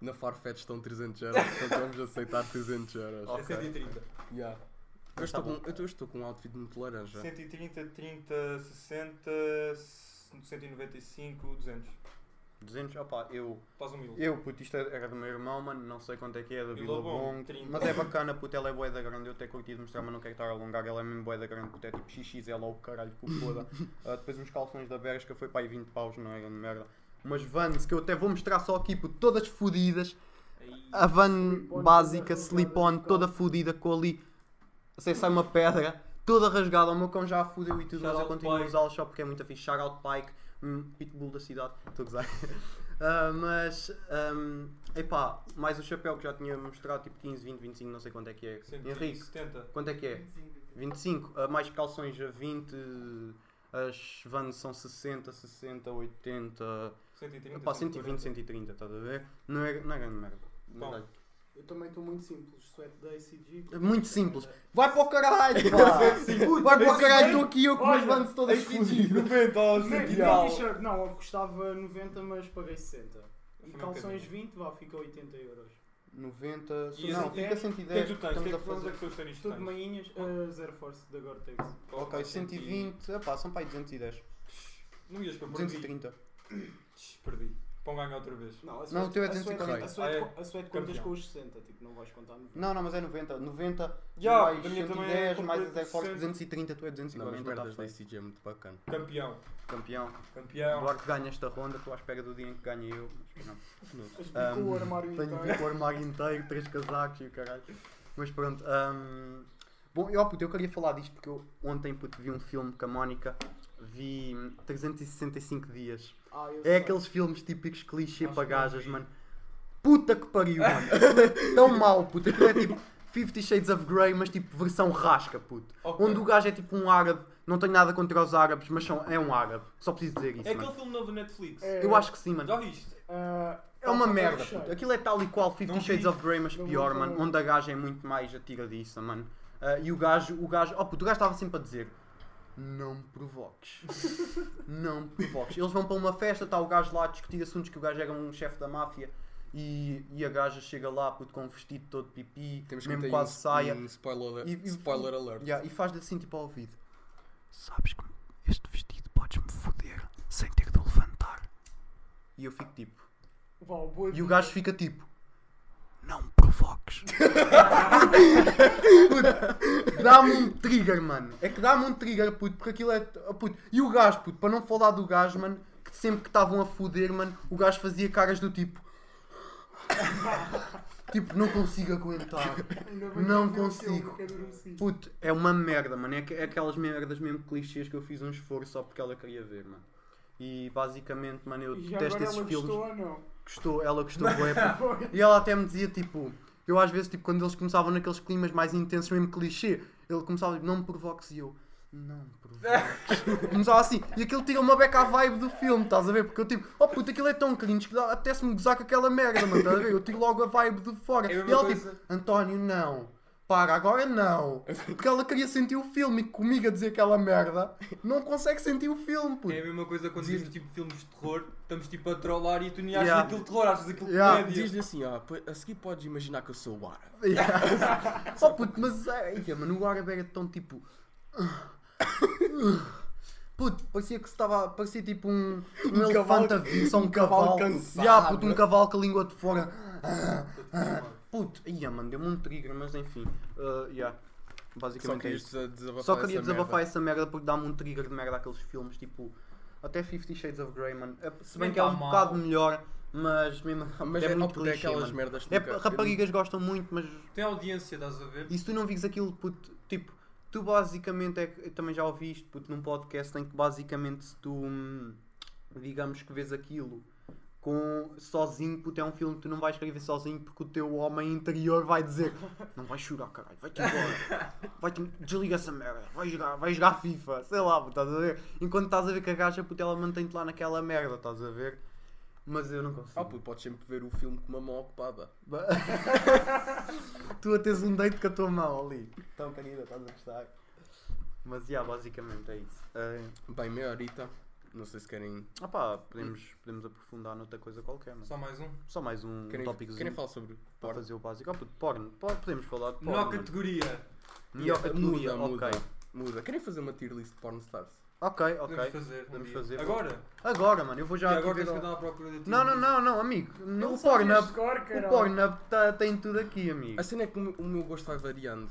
Na Farfetch estão 300 euros, portanto vamos aceitar 300 euros.
É 130.
Yeah. Eu, estou
Tá bom.
com, eu estou- eu estou com um outfit muito laranja.
130, 30, 60, 195, 200.
200, opá, eu.
Estás um mil.
Eu, puto, isto era do meu irmão, mano, não sei quanto é que é, da
Vila
Vila
Bom,
Bom.
30.
Mas é bacana, puto, ela é bué da grande, eu até curti de mostrar, mas não quero estar a alongar, ela é mesmo bué da grande, puto, é tipo XXL ou o caralho que o foda. Ah, depois uns calções da Bershka, foi para aí 20 paus, não é grande merda. Umas Vans que eu até vou mostrar só aqui, puto, todas fodidas.
Aí.
A van
Slip-on,
básica,
toda
slip-on,
rasgada.
toda fodida, com ali, sem sair é uma pedra, toda rasgada, o meu cão já a fudeu e tudo, mas eu
Shout-out
continuo a
Pike.
usá-lo só porque é muito fixe. Shout out Pike, um pitbull da cidade, estou a gozar. Ah, mas, um, epá, mais o chapéu que já tinha mostrado, tipo 15, 20, 25, não sei quanto é que é. Henrique,
170.
quanto é que é? 25, ah, mais calções a 20, as vans são 60, 60, 80,
130.
epá, 120, 130, estás a ver? Não é, não é grande merda. Não
Bom,
dá.
Eu também estou muito simples. Sweat da ACG.
É Muito simples. Vai para o caralho, pá! Vai para o caralho, tipo estou aqui eu com umas
Olha,
bandas todas fodidas.
90 aos
Nem-
100
nem t-shirt, não, eu custava 90, mas paguei 60. E
Foi um
calções
bocadinho.
20, vá, fica 80 euros.
E
90, não,
esse-
fica
O que é
110,
que tu tens? O que é
estamos
que
a
quantos é
fazer.
que tu os tênis
Tudo de
tens?
manhinhas, ah, Zero Force da Gore-Tex.
Ok, 120, epá, são para aí 210,
Não ias para
230.
Perdi. Pão ganha outra vez.
Não, a
Não, o teu é
a suede-
240.
A suede,
Ah,
co- a suede contas
Campeão.
com os 60, tipo, não vais contar 90.
Não, não, mas é 90, 90
Já,
mais
da minha
110,
também é
mais a
completa
Zé Forte
60.
230, tu
Não,
é
as
240,
merdas
estás
da
feito.
ICG é muito bacana.
Campeão.
campeão.
Campeão.
Agora que ganha esta ronda, estou à espera do dia em que ganhe eu. Acho que não.
Mas
Um,
com o armário
Tenho
inteiro.
que o armário inteiro, três casacos e o caralho. Mas pronto. hum, bom, eu, puto, eu queria falar disto porque eu ontem puto, vi um filme com a Mónica. Vi hum, 365 dias.
Ah, eu sei.
É aqueles filmes típicos clichê
Acho
para
que não
gajas,
vi.
mano. Puta que pariu, mano. Aquilo é Tão mal, puto. Aquilo é tipo 50 Shades of Grey, mas tipo versão rasca, puto.
Ok.
Onde o gajo é tipo um árabe. Não tenho nada contra os árabes, mas são, é um árabe. Só preciso dizer isso,
É aquele
mano.
filme novo da Netflix.
É,
Eu acho que sim, mano.
Já viste?
ah,
É uma
tá
merda,
cheio.
puto. Aquilo é tal e qual 50
Não vi.
Shades of Grey, mas
Não
pior,
vi,
mano.
não.
Onde a gaja é muito mais atiradiça, mano. Ah, e o gajo, o gajo, oh puto, o gajo estava sempre a dizer: não me provoques. não me provoques. Eles vão para uma festa, está o gajo lá a discutir assuntos que o gajo era um chefe da máfia e, e a gaja chega lá puto, com um vestido todo pipi,
Temos que
mesmo
meter
quase
um,
saia.
um spoiler,
E- e-
spoiler alert.
Yeah, e faz-lhe assim tipo ao ouvido.
Sabes que este vestido podes-me foder sem ter de o levantar.
E eu fico tipo.
Vá, o boi.
E o gajo fica tipo.
Não me provoques.
Dá-me um trigger, mano. É que dá-me um trigger, puto, porque aquilo é. Puto. E o gajo, puto, para não falar do gajo, mano, que sempre que estavam a foder, mano, o gajo fazia caras do tipo. tipo, não consigo aguentar.
Ainda bem que um
Não
vi o filme,
consigo.
que adormeci.
Puto, é uma merda, mano. É, que- é aquelas merdas mesmo clichês que eu fiz um esforço só porque ela queria ver, mano. E basicamente, mano, eu
E já agora
detesto esses
ela
filmes.
gostou ou não?
Gostou, ela gostou bué, puto. E ela até me dizia, tipo, eu às vezes, tipo, quando eles começavam naqueles climas mais intensos, mesmo clichê, ele começava, tipo, não me provoques e eu, não me provoques. começava assim, e aquilo tira uma beca à vibe do filme, estás a ver? Porque eu, tipo, oh puto, aquilo é tão cringe que dá- apetece-me gozar com aquela merda, mano, estás a ver? Eu tiro logo a vibe de fora.
É a
e
mesma
ela,
coisa.
tipo, António, não. Para, agora não. Porque ela queria sentir o filme e comigo a dizer aquela merda, não consegue sentir o filme, puto.
É a mesma coisa quando vimos tipo filmes de terror, estamos tipo a trollar e tu nem achas
Yeah.
aquilo terror, achas aquilo
Yeah.
comédia.
Diz-lhe assim, ó, "P- a seguir podes imaginar que eu sou o árabe.
Yeah. Só puto, mas é, ia, mano, o árabe era tão tipo. Puto, parecia que se estava. Parecia tipo um. Um, elefante a vir, só um, cavalo.
cavalo cansado.
Yeah, puto, um cavalo com a língua de fora. Puto, ia, mano, deu-me um trigger, mas enfim. Uh, yeah.
Só
Basicamente é
querias
isto.
desa- desabafar
Só queria
essa merda.
desabafar essa merda porque dá-me um trigger de merda àqueles filmes, tipo. Até Fifty Shades of Grey, mano. É- Se bem
Nem
que é
tá
um
mal.
bocado melhor, mas mesmo.
Mas
é,
é,
muito
puto, é
clichê,
aquelas
mano.
merdas que
É,
nunca-
raparigas gostam muito, mas
Tem audiência, estás a ver?
e se tu não vires aquilo, puto, tipo, tu basicamente, é, que- eu também já ouvi isto, puto, num podcast em que basicamente se tu, hum, digamos que vês aquilo com, sozinho, puto, é um filme que tu não vais querer ver sozinho porque o teu homem interior vai dizer não vais chorar, caralho, vai-te embora, vai-te, desliga essa merda, vai jogar, vai jogar FIFA, sei lá, puto, estás a ver? Enquanto estás a ver que a gaja, puto, ela mantém-te lá naquela merda, estás a ver? Mas eu não consigo.
Ah, puto, podes sempre ver o filme com uma mão ocupada.
Ba- tu a teres um date com a tua mão ali. Tão querida, estás a gostar. Mas, já, basicamente é isso.
Bem, meia horita. Não sei se querem...
ah pá, podemos, podemos aprofundar noutra coisa qualquer, mas
Só mais um.
só mais um
Querem,
tópicozinho
querem falar sobre
para
porno?
fazer o básico. Ah, puto, porno. Po- podemos falar de porno.
Melhor
mano.
categoria.
Melhor
Yeah,
categoria,
é, muda,
um ok.
Muda. Querem fazer uma tier list de pornstars?
Ok, ok.
Podemos fazer. um
Podemos
dia.
fazer.
Agora?
Agora, mano, eu vou já...
Já e
aqui
agora
ver
tens que
ao-
andar à procura de um ti.
Não, não, não, não, amigo. no-
Ele
o
sabe
Pornhub,
a score,
o
caralho.
Pornhub tá- tem tudo aqui, amigo.
A cena é que o meu- o meu gosto vai variando.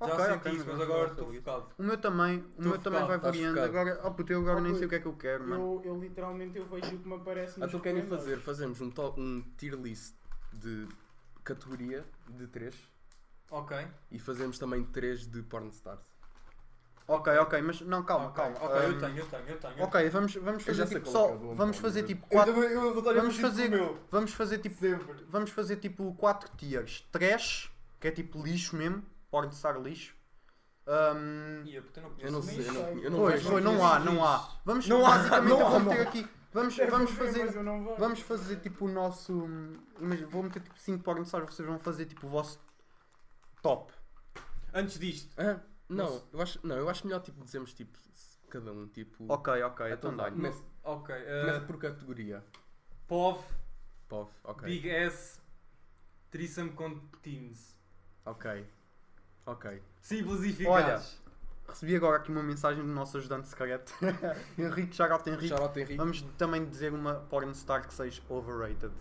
Já
Ok,
senti
ok,
isso,
mas
mas
vamos
agora
falar
estou
sobre isso.
focado.
O meu também, o meu também
focado,
vai
estás
variando.
focado.
Agora, oh puto, eu agora
Oh,
nem
puto.
sei o que é que eu quero, mano. Ah,
Eu, eu literalmente eu vejo o que me aparece nos
Então querem
recomendados.
fazer? Fazemos um, to- um tier list de categoria de 3
Ok.
e fazemos também 3 de pornstars.
Ok, ok, mas não, calma,
ok,
calma.
Ok,
Ahm,
eu tenho, eu tenho, eu tenho.
Ok, vamos, vamos
Eu já
fazer
sei
tipo
qual é
só.
que é o do
Vamos
António.
fazer tipo
Eu
4.
também, eu vou estar a
Vamos
repetir
fazer-
o meu.
Vamos fazer tipo.
Sempre.
Vamos fazer tipo 4 tiers. Trash, que é tipo lixo mesmo. Pode estar lixo. Ahm,
Ia, puta, eu não
Eu não
conheço
sei, eu
isso.
não, eu não
pois,
vejo.
foi, não há, não há. Vamos
Não há,
basicamente
não
eu vou
há,
meter
não há.
aqui. Vamos,
Eu
vamos
vou um. ver, mas
fazer.
eu não vejo.
Vamos fazer tipo o nosso. Imagina, vou meter tipo 5 pornstars, vocês vão fazer tipo o vosso top.
Antes disto.
Hã? não, eu acho, não, eu acho melhor tipo dizermos tipo se- cada um, tipo.
Ok, ok,
Então
então
vá,
dá.
começa,
Ok.
começa
eh,
por categoria.
POV,
POV, ok.
Big S, Threesome com Teens.
Ok. Ok.
Simples e eficaz.
Recebi agora aqui uma mensagem do nosso ajudante secreto, Henrique Charote Henrique.
Charlotte Henrique.
Vamos também dizer uma pornstar que seja overrated.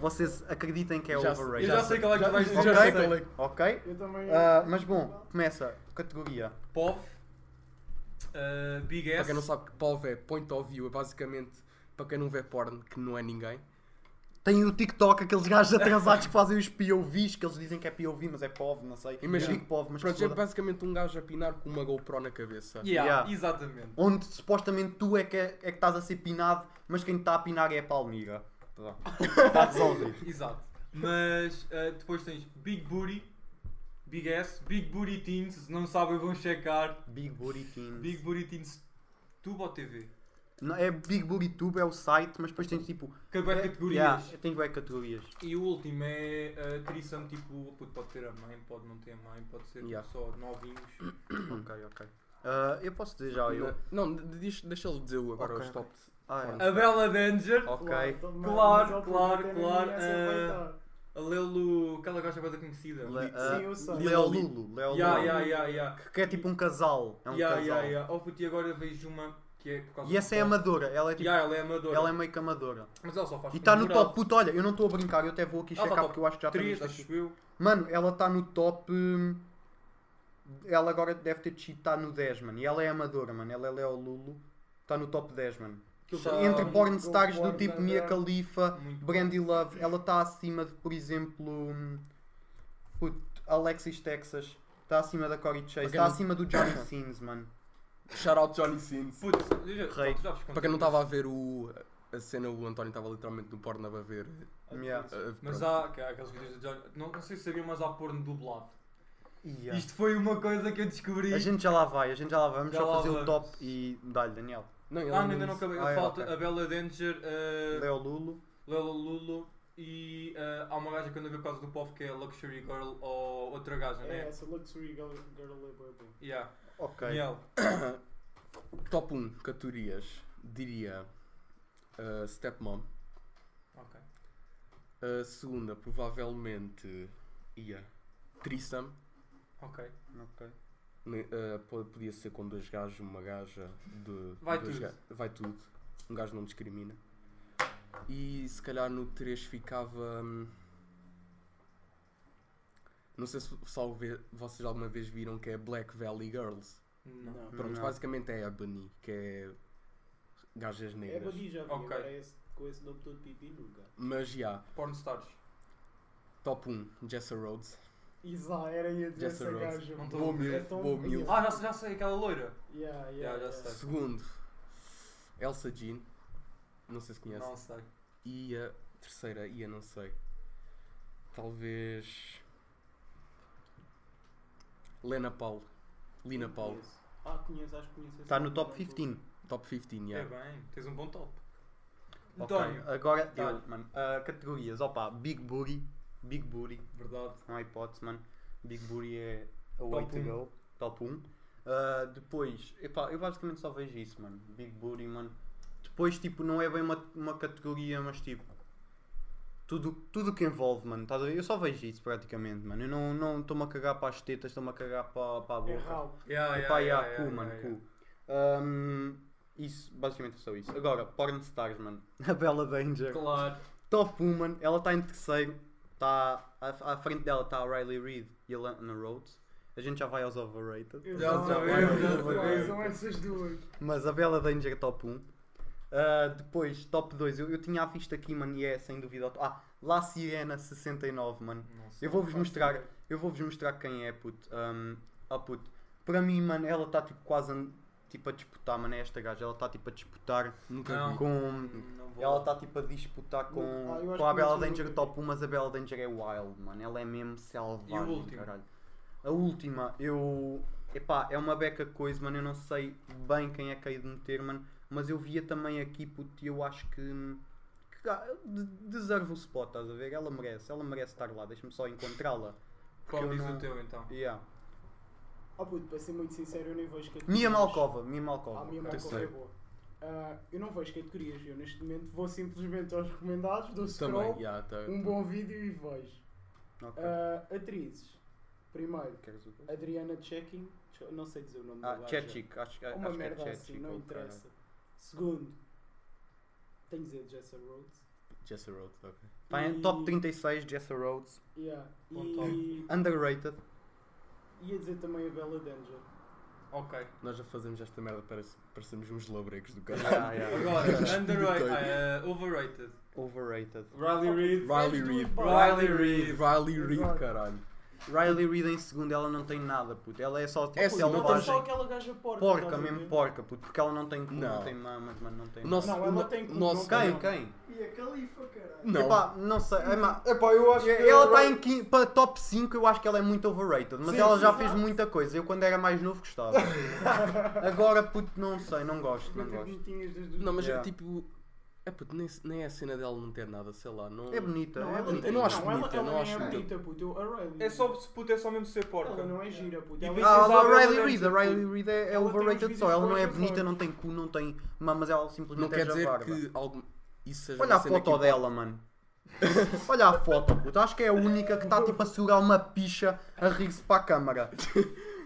Vocês acreditem que é
Já-
Eu
overrated?
já sei qual é que tu vais
já-
dizer.
já sei
Ok.
qual é que-
Ok?
Eu também.
Ah, mas bom, começa. Categoria.
POV, eh, Big
Para
S.
quem não sabe que POV é point of view, é basicamente para quem não vê porn, que não é ninguém.
Tem o TikTok, aqueles gajos atrasados que fazem os POVs, que eles dizem que é POV, mas é POV, não sei.
Imagina-
Eu digo POV, mas que
Pronto,
se
é
foda.
basicamente um gajo a pinar com uma GoPro na cabeça.
Yeah,
Yeah.
exatamente.
Onde supostamente tu é que, é, é que estás a ser pinado, mas quem está a pinar é a Palmira. Está resolvido.
Exato. Mas eh, depois tens Big Booty, Big S, Big Booty Teens, se não sabem vão checar.
Big Booty Teens.
Big Booty Teens Tubo ou TV?
Não, é Big Booty Tube, é o site, mas depois tens tipo.
Que é bué de categorias.
Yeah, tem bué categorias.
E o último é uh, Trissam, tipo, puto, pode ter a mãe, pode não ter a mãe, pode ser
Yeah.
só novinhos.
Ok, ok. Ah, Ah, eu posso dizer já eu.
Não, não, d- diz- deixa ele dizer o agora
Ok,
os top.
Ah, é.
A Bella Danger,
Ok.
Claro,
Claro,
mas ao
claro,
público
claro,
também ninguém se
ah,
vai
a Lelo, aquela gaja bem conhecida.
Le-
dar.
ah,
Sim, eu sei.
Leolulo.
Ya,
Leolulo.
ya, ya, ya.
Que é tipo um casal. É um
Ya, ya,
casal.
ya. Oh puto, e agora vejo uma que é por causa
E essa é
amadora.
amadora. Ela é tipo.
Ya, ela é amadora.
Ela é meio que amadora.
Mas ela só faz
E está no
mural.
top, puto, olha, eu não estou a brincar, eu até vou aqui
Ah, Ela tá
checar
top
porque eu acho que já
Três,
tenho isto aqui.
acho eu.
Mano, ela está no top. hum, Ela agora deve ter descido, está no 10, mano. E ela é amadora, mano. Ela é Leolulo. Está no top 10, mano.
Aquilo tá
Entre
muito-
porn stars do
porn,
tipo
tá,
Mia
tá.
Khalifa,
muito
Brandy Love, ela está acima de, por exemplo, hum, puto, Alexis Texas, está acima da Cory Chase,
Para quem
está
não-
acima do Johnny Sins, mano.
Shout out Johnny Sins.
Putz, já-
Rei.
já vos contei
Para quem não
isso.
estava a ver o, a cena, o António estava literalmente no porno a ver.
Yeah.
Mas há que há aqueles vídeos de Johnny. Não, não sei se sabiam, mas há porno dublado.
Yeah.
Isto foi uma coisa que eu descobri.
A gente já lá vai, a gente já lá vai. Vamos
Já
só
lá
fazer o
vamos.
top e dá-lhe, Daniel.
Não, ele
Ah, ainda não acabei.
Ah, é,
Falta
ok.
a Bella Danger, eh, a
Leolulo.
Lela Lulu e ah, há uma gaja que eu não vi por causa do povo que é Luxury Girl ou outra gaja,
É,
né?
essa luxury girl, girl é boa, boa.
Yeah.
Ok.
Miel.
Top 1 categorias, diria uh, Stepmom.
Ok.
A segunda, provavelmente, ia Trissam.
Ok.
Ok.
Ne- eh, po- podia ser com dois gajos, uma gaja. De,
Vai
dois
tudo.
vai tudo. Um gajo não discrimina. E se calhar no 3 ficava. hum, Não sei se, se alve- vocês alguma vez viram que é Black Valley Girls.
Não.
Pronto,
Não.
basicamente é Ebony, que é gajas
É
negras.
Badi já vi,
Ok.
agora é esse, com esse nome todo pipi nunca.
Mas já,
Porn stars.
top 1, Jessa Rhodes.
Isa, era ia dizer
Jessa
essa
Rhodes.
gaja.
Não tô-
Boa
É
mil,
tão
boa
bonito.
mil.
Ah, já, já sei, aquela loira.
Yeah, yeah,
Yeah, já
yeah.
sei.
Segundo, Elsa Jean. Não sei se conhece.
Não sei.
E a terceira, e a não sei. Talvez. Lena Paul. Lina
Não
Paul.
conheço. Ah, conheço, acho que conheço.
Está Tá no top 15.
Top 15,
É
yeah.
bem, tens um bom top.
Ok,
António.
Então, agora
Dá-lhe.
eu, mano. Ah, categorias, opa, Big Booty, Big Booty,
Verdade.
não há hipótese, mano. Big Booty é a way
Top
to
um.
go, top 1. Ah, depois, epá, eu basicamente só vejo isso, mano. Big Booty, mano. Depois, tipo, não é bem uma, uma categoria, mas tipo. Tudo tudo que envolve, mano, estás a ver? Eu só vejo isso praticamente, mano. Eu não- não estou-me a cagar para as tetas, estou-me a cagar para, para a boca.
É rabo.
Yeah, yeah,
Epá,
yeah,
yeah,
yeah,
cu,
yeah,
mano,
yeah.
cu. Ahm, isso, basicamente é só isso. Agora, porn stars, mano. A Bella Danger.
Claro.
Top 1, mano. Ela está em terceiro. Tá, à, à frente dela está a Riley Reid e a Lana Rhodes. A gente já vai aos overrated.
Eu
Já
não-
sabemos,
já
Não,
sabemos.
São essas duas.
Mas a Bella Danger é top 1. Ah, depois, top 2. Eu, eu tinha a vista aqui, mano, e é sem dúvida. o top- Ah, La Sirena 69, mano.
Não sei.
Eu vou-vos mostrar, eu vou-vos mostrar quem é, puto. Um, oh, puto. Para mim, mano, ela está tipo quase an- tipo, a disputar, mano, é esta gaja. Ela está tipo a disputar
Nunca
Não.
vi.
com.
Não vou.
Ela está tipo a disputar com,
Ah, eu acho
com a
que eu
Bella
nunca
Danger
vi.
top 1, mas a Bella Danger é wild, mano. Ela é mesmo selvagem,
E o último?
caralho. A última, eu. Epá, é uma beca coisa, mano. Eu não sei bem quem é que hei de meter, mano. Mas eu via também aqui, puto, e eu acho que. que ga- de- deserve o spot, estás a ver? Ela merece, ela merece estar lá. Deixa-me só encontrá-la.
Qual
eu
diz
não-
o teu então?
Yeah.
Ah, puto, para ser muito sincero, eu nem vejo categorias.
Mia Malkova, Mia
Ah,
Malkova. ok.
minha Malkova é
Terceiro.
boa. Ah, eu não vejo categorias, eu neste momento vou simplesmente aos recomendados, dou scroll,
Também, yeah, tá-
um bom vídeo e vejo.
Ok.
Ah, atrizes. Primeiro,
Queres o-
Adriana Checking, não sei dizer o nome
Ah,
da gaja.
Chechik, acho,
É
acho
uma
que é
merda
Chechik.
assim, não
ou
interessa. Segundo, tenho de dizer Jessa Rhodes.
Jessa Rhodes, ok.
Tá em
E-
top 36, Jessa Rhodes.
Yeah.
Bom
E
Underrated.
ia dizer também a Bella Danger.
Ok.
Nós já fazemos esta merda, parece, parecemos uns labregos
Ah,
do caralho.
Yeah, yeah.
Agora, underrated. ah, eh, overrated.
Overrated.
Riley Reid.
Riley
Fez
Reid.
tudo bem.
Riley
é.
Reid.
Riley Reid,
Exato.
caralho.
Riley Reid em segundo, ela não tem nada, puto. Ela é só tipo
É sim,
assim, Não tem só né?
selvagem.
aquela gaja porca.
Porca,
estás a
mesmo
ver?
porca, puto. Porque ela não tem cu, não,
Não.
tem mamas, mano, não tem.
Nosso,
Não,
o
ela
no-
tem cu,
nosso,
não
Quem,
Não.
quem?
E a Califa, caralho.
Não.
Epá, não sei. É, má-
Epá, eu acho
ela tá está em quin- para top 5, eu acho que ela é muito overrated. Mas
Sim,
ela já
sim,
fez
exato.
muita coisa. Eu quando era mais novo gostava. Agora, puto, não sei, não gosto, não gosto.
tinhas das duas.
Não, mas é
Yeah.
tipo. É puto, nem, nem é a cena dela não ter nada, sei lá. Não...
É bonita,
Não,
é
ela-
bonita.
Eu não acho
ela-
bonita, eu
ela
não
nem
acho
é
bonita.
bonita, puto. Eu- a Riley-
É só, puto, é só mesmo ser porca.
Ela não é gira, puto.
E
Ela-
depois
Ah,
Ela-
a Riley
ela-
Reid, a Riley Reid é, é
tipo, ela tem uns
overrated
vídeos
só, ela não é
porcas,
bonita,
olha.
não tem cu, não tem mamas, ela
Não
simplesmente
quer
é
dizer
javarda.
que algo... isso seja
Olha
uma
a
cena
foto
que-
dela, mano. Olha a foto, puto. Acho que é a única que está tipo a segurar uma picha a rir-se para a câmara.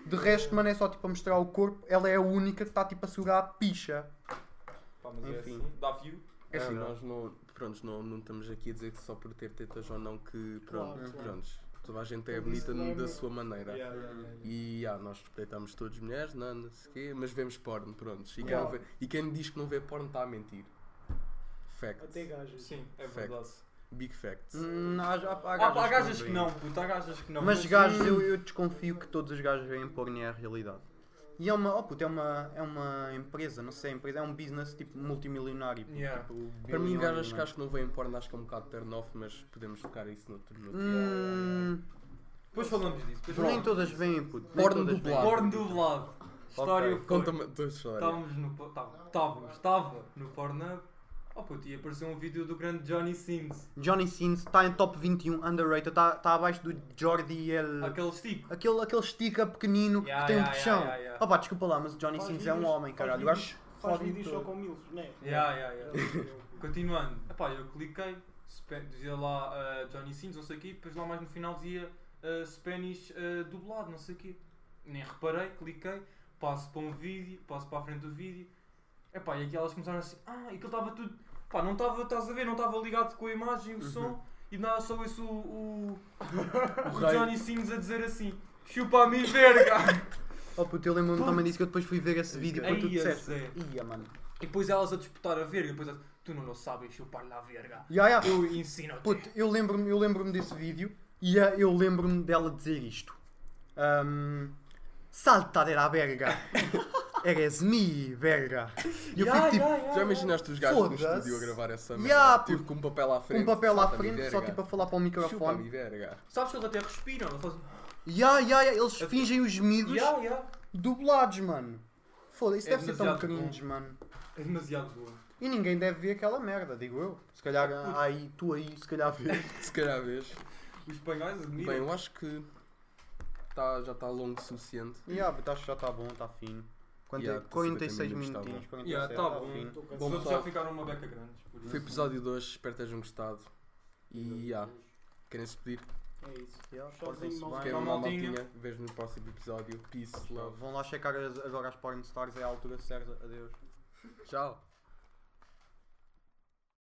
De resto, mano, é só tipo a mostrar o corpo. Ela é a única que está tipo a segurar a picha.
Pá, mas é
Enfim.
assim, dá view.
É assim,
Ah, não.
nós não, pronto, não, não estamos aqui a dizer que só por ter tetas ou não que, pronto,
Claro, claro.
pronto, toda a gente é
Isso
bonita
não é
da
meu.
sua maneira.
Yeah, yeah, yeah, yeah.
E ah, nós respeitamos todos mulheres, não, não sei quê, mas vemos porno, pronto. E, quem
Claro.
não vê- e quem diz que não vê porno está a mentir. Fact.
Até gajas.
Sim, é
Fact.
verdade.
Big fact.
Hum, há, há, há
Há, há
gajas
gajas
não
que
veem.
não, hum. puto, há gajas que não.
Mas gajos, eu, eu desconfio que todos os gajos veem porno e é a realidade. E é uma, oh puto, é uma, é uma empresa, não sei, empresa, é um business tipo multimilionário. puto,
Yeah.
tipo,
Para mim,
bilionário,
gajas que
mano.
acho que não veem porno acho que é um bocado turn off, mas podemos tocar isso no outro. no outro.
Hum,
Depois falamos disso. Depois
nem
falamos.
todas veem, puto. nem
Porno
todas veem.
dublado.
Porno dublado. História
Hum.
foi.
Conta-me a tua história.
um-
Estávamos no. po- tá- Estávamos, estava no Pornhub. Oh puto, e apareceu um vídeo do grande Johnny Sins.
Johnny Sins está em top 21, underrated, está tá abaixo do Jordi
Eh.
El.
Aquele estico.
Aquele, aquele estica pequenino
Yeah,
que tem um
yeah,
puxão.
yeah, yeah, yeah.
Oh pá, desculpa lá, mas o Johnny
Faz
Sins é
vídeos-
um homem,
faz
caralho. O
vídeos-
gajo
Faz
fode-me
vídeos só
todo.
com milos, não é?
Yeah, yeah, yeah. Continuando, epá, eu cliquei, Spa- dizia lá ah, Johnny Sins, não sei o quê, depois lá mais no final dizia ah, Spanish ah, dublado, não sei o quê. Nem reparei, cliquei, passo para um vídeo, passo para a frente do vídeo, epá, e aqui elas começaram assim, ah, e aquilo estava tudo, pá, não estava, estás a ver, não estava ligado com a imagem, o som, e nada, só ouço o, o, o
rei.
Johnny Sins a dizer assim, chupa-me verga!
Oh puto, eu lembro-me também disso que eu depois fui ver esse vídeo
Ai,
quando tu disseste.
Zé.
Ia, mano.
E depois elas a disputar a verga, depois elas, tu não sabes chupar la verga,
Ya, ya.
eu ensino-te.
Puto, eu lembro-me eu lembro desse vídeo e ah, eu lembro-me dela dizer isto. Ahm, Salta de la verga. Eres mi verga. E eu
Ya,
fico tipo,
ya, ya,
Já
ya.
imaginaste os gajos no
Foda-se.
estúdio a gravar essa merda?
Yeah,
tipo
puto.
com um papel à frente.
um papel à
Salta-me
frente, só
verga.
tipo a falar para o microfone.
Chupa-me verga.
Sabes que eles até respiram. Eles fazem...
Ya, ya, ya, eles fingem os gemidos
Ya, ya.
dublados, mano. Foda-se, isso
É
deve ser tão
demasiado bom.
cringe, mano.
É demasiado boa.
E ninguém deve ver aquela merda, digo eu. Se calhar ah, aí, tu aí, se calhar vês.
Se calhar vês.
Os espanhóis admiram.
Bem, eu acho que tá- já está longo o suficiente.
Ya, mas acho que já está bom, está fino. Quanto
Ya,
é? 46
50 minutos,
minutinhos,
tá
47,
Ya,
está
tá bom.
fino.
Estou
Bom,
cansado.
Os outros já
pessoal.
ficaram uma beca grande. Por isso.
Foi o episódio de hoje, espero que tenham gostado. E já, querem se pedir?
É isso.
Ya,
Só
portem-se
desenho
bem.
Fiquem
Tchau,
mal,
maltinha.
maltinha. Vejo no próximo episódio. Peace, love.
Vão lá checar as- agora as porn stars, é a altura certa. Adeus.
Tchau.